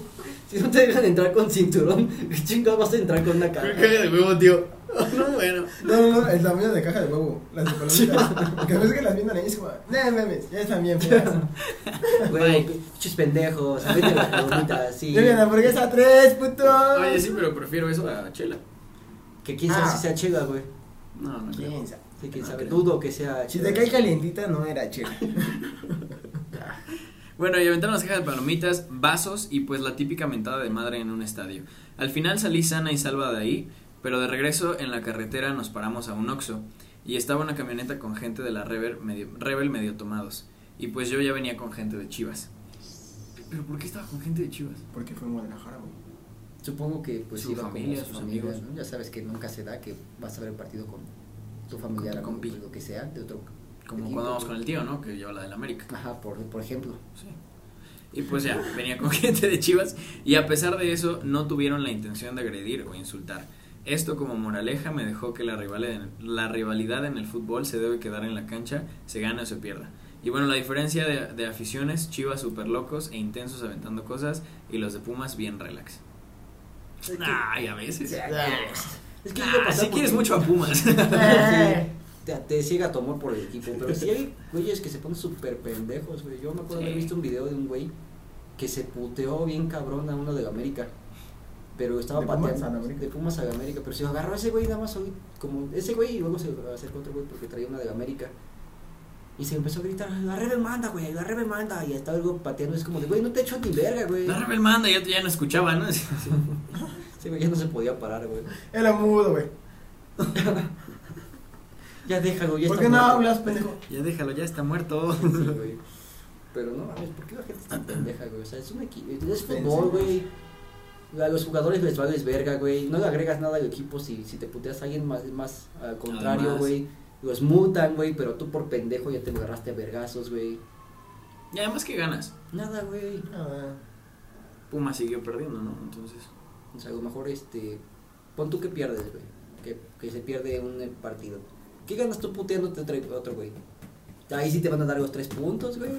Si no te dejan entrar con cinturón, ¿qué chingados vas a entrar con una
Qué
cara?
caja de huevo, tío. No, bueno.
No, no, no, el tamaño de caja de huevo. Las de palomitas. Porque después que las vienen ahí es como, no mames, ya están bien feas.
Güey, pinches pendejos. Vete a la palomita, sí.
Yo vi la hamburguesa 3, puto.
Oye, sí, pero prefiero eso a chela.
Que quién sabe
Ah.
si sea chida, güey.
No, no creo.
¿Quién sabe?
Sí, quién
No
sabe.
Ah, creo.
Dudo que sea
Si
chida.
te cae calientita, no era chela.
Bueno, y aventaron las cajas de palomitas, vasos y pues la típica mentada de madre en un estadio. Al final salí sana y salva de ahí, pero de regreso en la carretera nos paramos a un Oxxo y estaba una camioneta con gente de la Rebel medio, Rebel medio tomados. Y pues yo ya venía con gente de Chivas. ¿Pero por qué estaba con gente de Chivas?
Porque fue en Guadalajara, güey.
Supongo que pues
Su
iba
familia,
con sus
sus
amigos,
amigos.
¿no? Ya sabes que nunca se da que vas a ver el partido con tu familiar,
tu
o
compi.
lo que sea, de otro.
Como
equipo.
cuando vamos con el tío, ¿no? Que lleva la del América.
Ajá, por, por ejemplo.
Sí. Y pues ya, venía con gente de Chivas y a pesar de eso no tuvieron la intención de agredir o insultar. Esto como moraleja me dejó que la, rival- la rivalidad en el fútbol se debe quedar en la cancha, se gana o se pierda. Y bueno, la diferencia de, de aficiones, Chivas super locos e intensos aventando cosas y los de Pumas bien relax. Ay, a veces.
Es
Nah,
yo pasé
Ah, si
por-
quieres mucho a Pumas.
Eh.
Sí, te, te ciega tu amor por el equipo. Pero sí hay güeyes que se ponen súper pendejos, güey. Yo me acuerdo haber
Sí.
visto un video de un güey que se puteó bien cabrón a uno de la América. Pero estaba
¿De
pateando.
Pumas a la América?
de Pumas a la América. Pero se lo agarró a ese güey nada más hoy. Como ese güey y luego se lo acercó otro güey porque traía una de la América. Y se empezó a gritar, la Rebe manda, güey, la Rebe manda. Y estaba algo pateando. Es como de, güey, no te echo ni verga, güey.
La Rebel manda, ya, ya no escuchaba, ¿no?
Ese güey ya no se podía parar, güey.
Era mudo, güey.
Ya déjalo, ya
¿Por
está
qué no
muerto.
hablas, pendejo?
Ya déjalo, ya está muerto.
Sí, güey. Pero no mames, ¿por qué la gente es tan pendeja, güey? O sea, es un equipo, es fútbol, güey. A los jugadores les vales verga, güey. No le agregas nada al equipo si, si te puteas a alguien más, más al contrario,
Además.
güey. Los mutan, güey, pero tú por pendejo ya te lo agarraste a vergazos, güey.
Y además que ganas.
Nada, güey.
Ah,
Pumas siguió perdiendo, ¿no? Entonces...
O sea, a lo mejor, este, pon tú que pierdes, güey. Que, que se pierde un eh, partido. ¿Qué ganas tú puteándote a otro- a otro, güey? Ahí sí te van a dar los tres puntos, güey.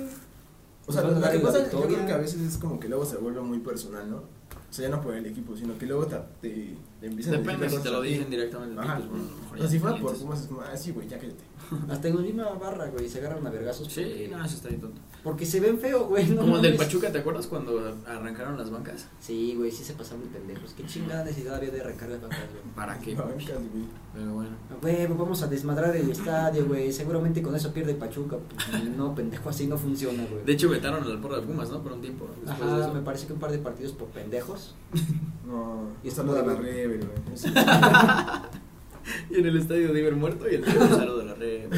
O sea,
Te
lo
van a
lo
dar
que
la
pasa es que yo
victoria.
creo que a veces es como que luego se vuelve muy personal, ¿no? O sea, ya no por el equipo, sino que luego te, te, te empiezan a
Depende
decir
si te
cosas
lo
a ti.
dicen directamente. a ti,
Ajá.
pues, bueno, a lo mejor
O
ya
sea, si
te
fuera por
calientas.
Pumas es como, ah, sí, güey, ya cállate.
Hasta en la misma barra, güey, se agarran a vergazos.
Sí,
porque-
no, eso está bien tonto.
Porque se ven feo, güey. No
Como el del
mames.
Pachuca, ¿te acuerdas cuando arrancaron las bancas?
Sí, güey, sí se pasaron de pendejos. Qué chingada necesidad había de arrancar las bancas, güey.
¿Para qué?
No, casi, güey.
Pero bueno.
Ah, Güey, pues vamos a desmadrar el estadio, güey. Seguramente con eso pierde Pachuca. Pues, No, pendejo, así no funciona, güey.
De hecho, vetaron al porra de Pumas, ¿no? Por un tiempo. Después de
Ajá,
eso.
me parece que un par de partidos por pendejos.
No,
Y
y
está
saludo a la
muy
Rebel, güey. Sí.
Y en el estadio de Iber muerto y el un saludo a la Rebe.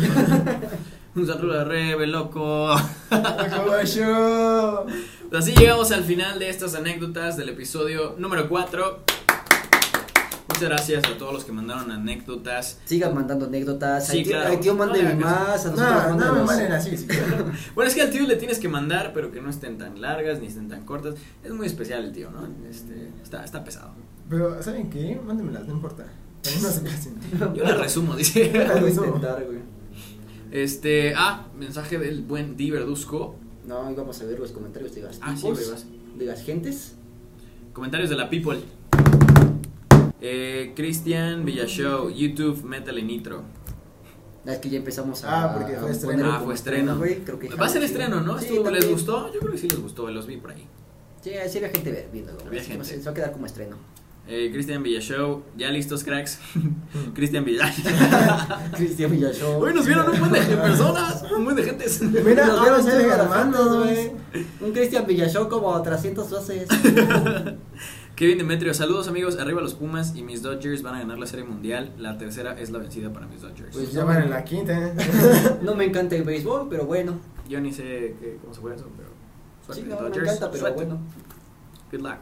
un saludo a la Rebe, loco. Pues
Como yo.
Así llegamos al final de estas anécdotas del episodio número 4. Muchas gracias a todos los que mandaron anécdotas.
Sigan mandando anécdotas.
Sí,
Ay, tío,
claro.
ay, tío,
No le
mándenme
hagas.
más. A nosotros
No, no me
mándenos.
manden así, sí.
Bueno, es que al tío le tienes que mandar, pero que no estén tan largas ni estén tan cortas. Es muy especial el tío, ¿no? Este, está, está pesado.
Pero, ¿saben qué? Mándenmelas, no importa. También no se casen.
Yo la resumo, dice.
Lo voy a intentar, güey.
Este, ah, mensaje del buen Di Verduzco.
No, íbamos a ver los comentarios de las
Ah, sí,
tipos,
güey, vas.
de las gentes.
Comentarios de la People. Eh, Cristian Villashow, YouTube, métale nitro.
Es que ya empezamos
a-
a.
Ah, porque fue a estreno. ponerlo
Ah, fue estreno.
creo que
Va a ser estreno, ¿no?
Sí,
Estuvo- ¿Les
también.
gustó? Yo creo que sí les gustó, los vi por ahí.
Sí, sí había gente ver- viéndolo.
Había
así que va a
gente.
ser- Se va a quedar como estreno.
Eh, Cristian Villashow, ¿ya listos, cracks? Cristian Villashow.
Cristian Villashow.
Hoy nos vieron un buen de personas, un buen de gentes.
Mira,
Nos
ahora
vieron
sí
todos
de
los
hermanos,
fotos,
güey.
Un Cristian Villashow como 300 doces.
Kevin Demetrio, saludos amigos, arriba los Pumas y mis Dodgers van a ganar la Serie Mundial. La tercera es la vencida para mis Dodgers.
Pues-
Ya van en la quinta, ¿eh?
no me encanta el béisbol, pero bueno.
Yo ni sé qué- cómo se juega eso, pero...
Sí,
Suerte,
no, me
Dodgers.
encanta, pero
Suerte.
bueno.
Good luck.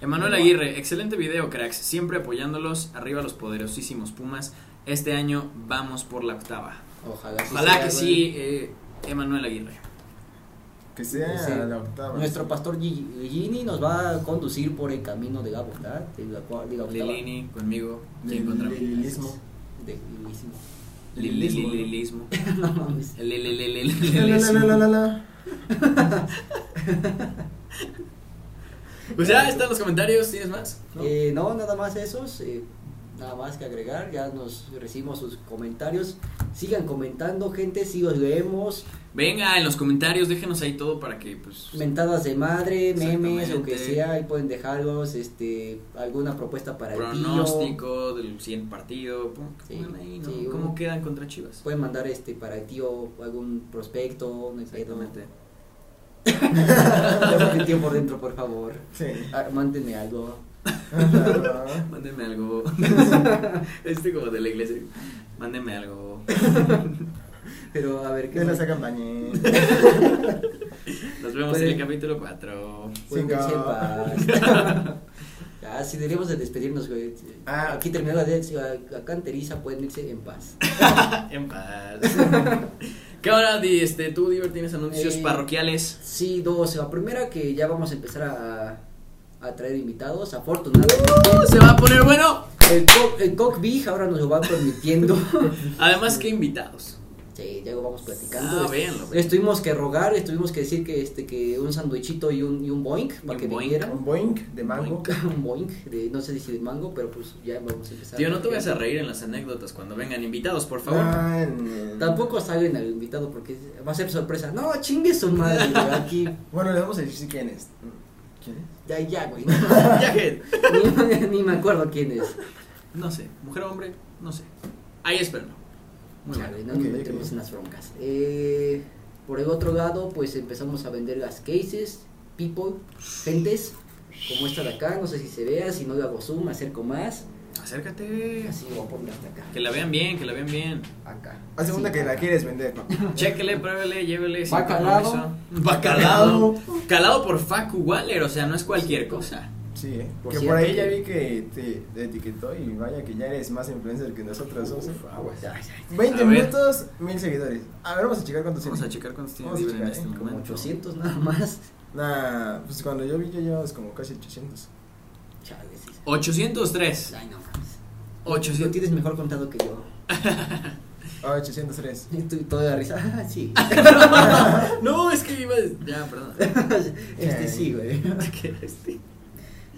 Emanuel Aguirre, excelente video, cracks. Siempre apoyándolos. Arriba los poderosísimos Pumas. Este año vamos por la octava.
Ojalá, sí
Ojalá
sea,
que
güey.
sí, eh, Emanuel Aguirre.
Que sea
Sí.
la octava.
Nuestro pastor Gi- Gini nos va a conducir por el camino de la bondad, de la, cua- de la octava-
Lilini, conmigo.
Del-
¿Qué encontramos?
del lilismo.
de- lilismo.
lilismo.
Lililismo.
No mames.
El
La, la, la, la,
lililismo.
la, la.
Pues ya están los comentarios. ¿Tienes más? ¿No?
Eh, no, nada más esos. eh, nada más que agregar. Ya nos recibimos sus comentarios. Sigan comentando, gente. Si los leemos.
Venga, en los comentarios déjenos ahí todo para que pues
Mentadas de madre, memes, lo que
Exactamente.
sea. Ahí pueden dejarlos. este Alguna propuesta para el tío.
pronóstico del siguiente partido. pum, que
Sí,
pongan ahí, ¿no?
sí,
¿Cómo
un-
quedan contra Chivas?
Pueden mandar este para el tío algún prospecto. No hay pedo.
Exactamente.
Ya me tiempo dentro, por favor.
Sí.
Ah, Mándenme algo.
Ajá.
Mándenme algo. este como de la iglesia. Mándenme algo.
Pero a ver, ¿qué
Que
más?
nos acompañen.
Nos vemos
eh.
en el capítulo 4.
Pues,
Cinco.
que sepas. Ah, sí, deberíamos de despedirnos, güey.
Ah.
Aquí terminó la, de- la, la canteriza, pueden irse en paz. Ah.
En paz. ¿Qué hora, Di? Este, tú, Diver, tienes anuncios
Eh,
parroquiales.
Sí, dos. La primera que ya vamos a empezar a, a traer invitados, afortunadamente.
Uh, Se va a poner bueno.
El, co el Cock Big ahora nos lo va permitiendo.
Además, que invitados.
Sí, ya lo vamos platicando.
Ah, véanlo,
Les
véanlo.
tuvimos que rogar, les tuvimos que decir que este que un sandwichito y un, y un boink para
un
que
boink.
vinieran.
Un boink de mango.
un boink, de- no sé si de mango, pero pues ya vamos a empezar.
Tío, no te vayas a reír en las anécdotas cuando vengan invitados, por favor.
Ah, en-
Tampoco salgan al invitado porque va a ser sorpresa. No, chingue su madre, güey, aquí.
Bueno, le vamos a decir quién es. ¿Quién
Ya,
es?
ya, güey.
Ya que-
Ni, ni me acuerdo quién es.
No sé, mujer o hombre, no sé. Ahí espérenlo. Muy
Ya,
bien.
güey, no nos
Ok,
metemos
ok.
en las broncas. Eh, por el otro lado, pues empezamos a vender las cases, people, gentes, como esta de acá. No sé si se vea, si no le hago zoom, acerco más.
Acércate.
Así lo voy a poner hasta acá.
Que la vean bien, que la vean bien.
Acá.
Haz de cuenta
Sí,
que la
acá.
quieres vender, papá.
Chéquele, pruébele, llévele. sin
Bacalao.
compromiso. Bacalao. Calado por Facu Waller, o sea, no es cualquier cosa.
Sí, eh.
Por
que
cierto
por ahí
que-
ya vi que te, te etiquetó y vaya que ya eres más influencer que nosotros. dos, eh.
Aguas. Ay, ay,
20
A ver.
minutos, mil seguidores. A ver, vamos a checar cuántos
Vamos a
tienes.
checar cuántos tiene
Vamos a
Diver en
checar,
este
¿eh?
Como
momento.
800 nada más.
Nah, pues cuando yo vi ya llevabas como casi 800.
Chale, sí.
803.
Ay, no mames. Lo
800.
tienes mejor contado que yo.
Ah, 803.
Y tú toda la risa. Ah, sí.
No, es que iba. a- Ya, perdón.
este sí, güey.
Que este-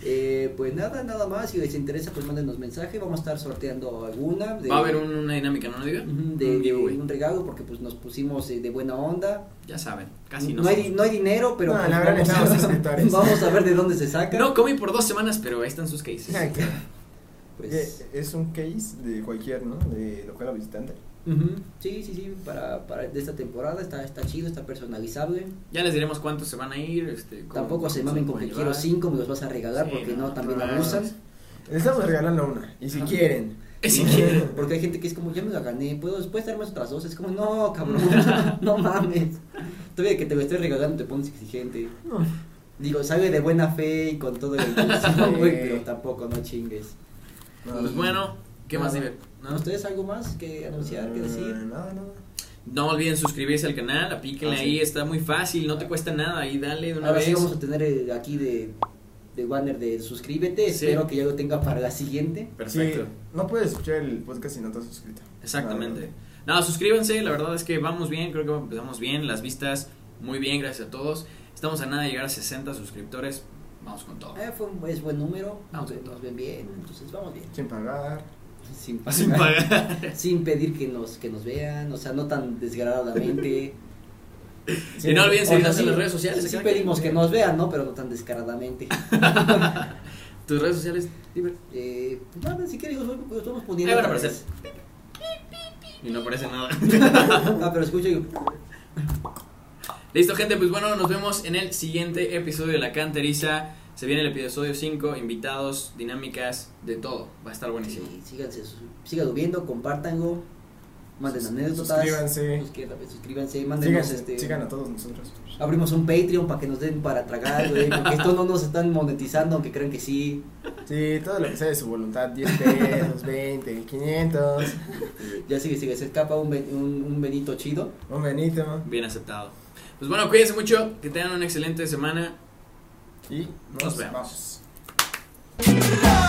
Eh, pues nada, nada más. Si les interesa, pues mándenos mensaje. Vamos a estar sorteando alguna. De,
Va a haber un- una dinámica, ¿no lo diga?
Ujú, de,
Un
de
giveaway.
un regalo porque pues nos pusimos eh, de buena onda.
Ya saben, casi no.
no, hay, di-
somos-
no hay dinero, pero
No,
pues,
la verdad, necesitamos suscriptores.
vamos a ver de dónde se saca.
No comí por dos semanas, pero ahí están sus cases.
Ah, que-
Pues,
que Eh, es un case de cualquier, ¿no? De local o visitante.
ujú, Sí, sí, sí, para, para de esta temporada está, está chido, está personalizable.
Ya les diremos cuántos se van a ir. Este, cómo-
Tampoco se
cómo
mamen
lo
con que
pueden
quiero
llevar.
cinco, me los vas a regalar
Sí,
porque
no,
no, también
no, no,
abusan.
Les estamos regalando una. Y si
Ajá.
quieren.
Si quieren.
Porque hay gente que es como, ya me la gané, puedo después darme otras dos. Es como, no, cabrón, no mames. Todavía que te lo estoy regalando, te pones exigente.
No.
Digo, sale de buena fe y con todo el intención, güey, pero tampoco, no chingues.
No.
Pues bueno, ¿qué
Nada
más, Diver?
¿No? ¿Ustedes algo más que anunciar, que
Eh,
Mm,
decir?
Nada, nada.
No olviden suscribirse al canal, aplíquenle
Ah, sí.
ahí, está muy fácil, no te cuesta nada, ahí dale de una
Ahora
vez.
sí vamos a tener eh, aquí de, de banner de suscríbete.
Sí.
Espero que ya lo tenga para la siguiente.
Perfecto.
Sí, no puedes escuchar el podcast si no estás suscrito.
Exactamente. Nada, suscríbanse, la verdad es que vamos bien, creo que empezamos bien, las vistas muy bien, gracias a todos. Estamos a nada de llegar a 60 suscriptores, Vamos con todo.
Eh, fue un, es buen número,
Vamos con
nos, ven-
todo.
nos ven bien, entonces vamos bien.
Sin pagar.
Sin
Sin pagar.
Sin pedir que nos, que nos vean, o sea, no tan descaradamente.
y no olviden seguirnos
O sea, Eh, sí-
en las redes sociales.
Sí
acá.
pedimos que nos vean, ¿no? Pero no tan descaradamente.
Tus redes sociales, dime.
Eh, pues nada, si quieres, los, los vamos poniendo.
Ahí van a
otra
aparecer. Y no aparece nada.
vez. Ah, pero escucha yo.
Listo, gente, pues bueno, nos vemos en el siguiente episodio de La Canteriza. Se viene el episodio 5, invitados, dinámicas, de todo. Va a estar buenísimo.
Sí, síganse, sus- síganlo viendo, compártanlo, manden anécdotas.
Suscríbanse.
Suscríbanse, suscríbanse mándenos
Sigan,
este.
sigan a todos nosotros.
Abrimos un Patreon para que nos den para tragar, güey, porque esto no nos están monetizando, aunque crean que sí.
Sí, todo lo que sea de su voluntad. 10 pesos, 20, 500.
Ya sigue, sigue, se escapa un, ben- un, un Benito chido.
Un Benito.
Bien aceptado. Pues bueno, cuídense mucho, que tengan una excelente semana.
Y
Nos vemos.
vamos.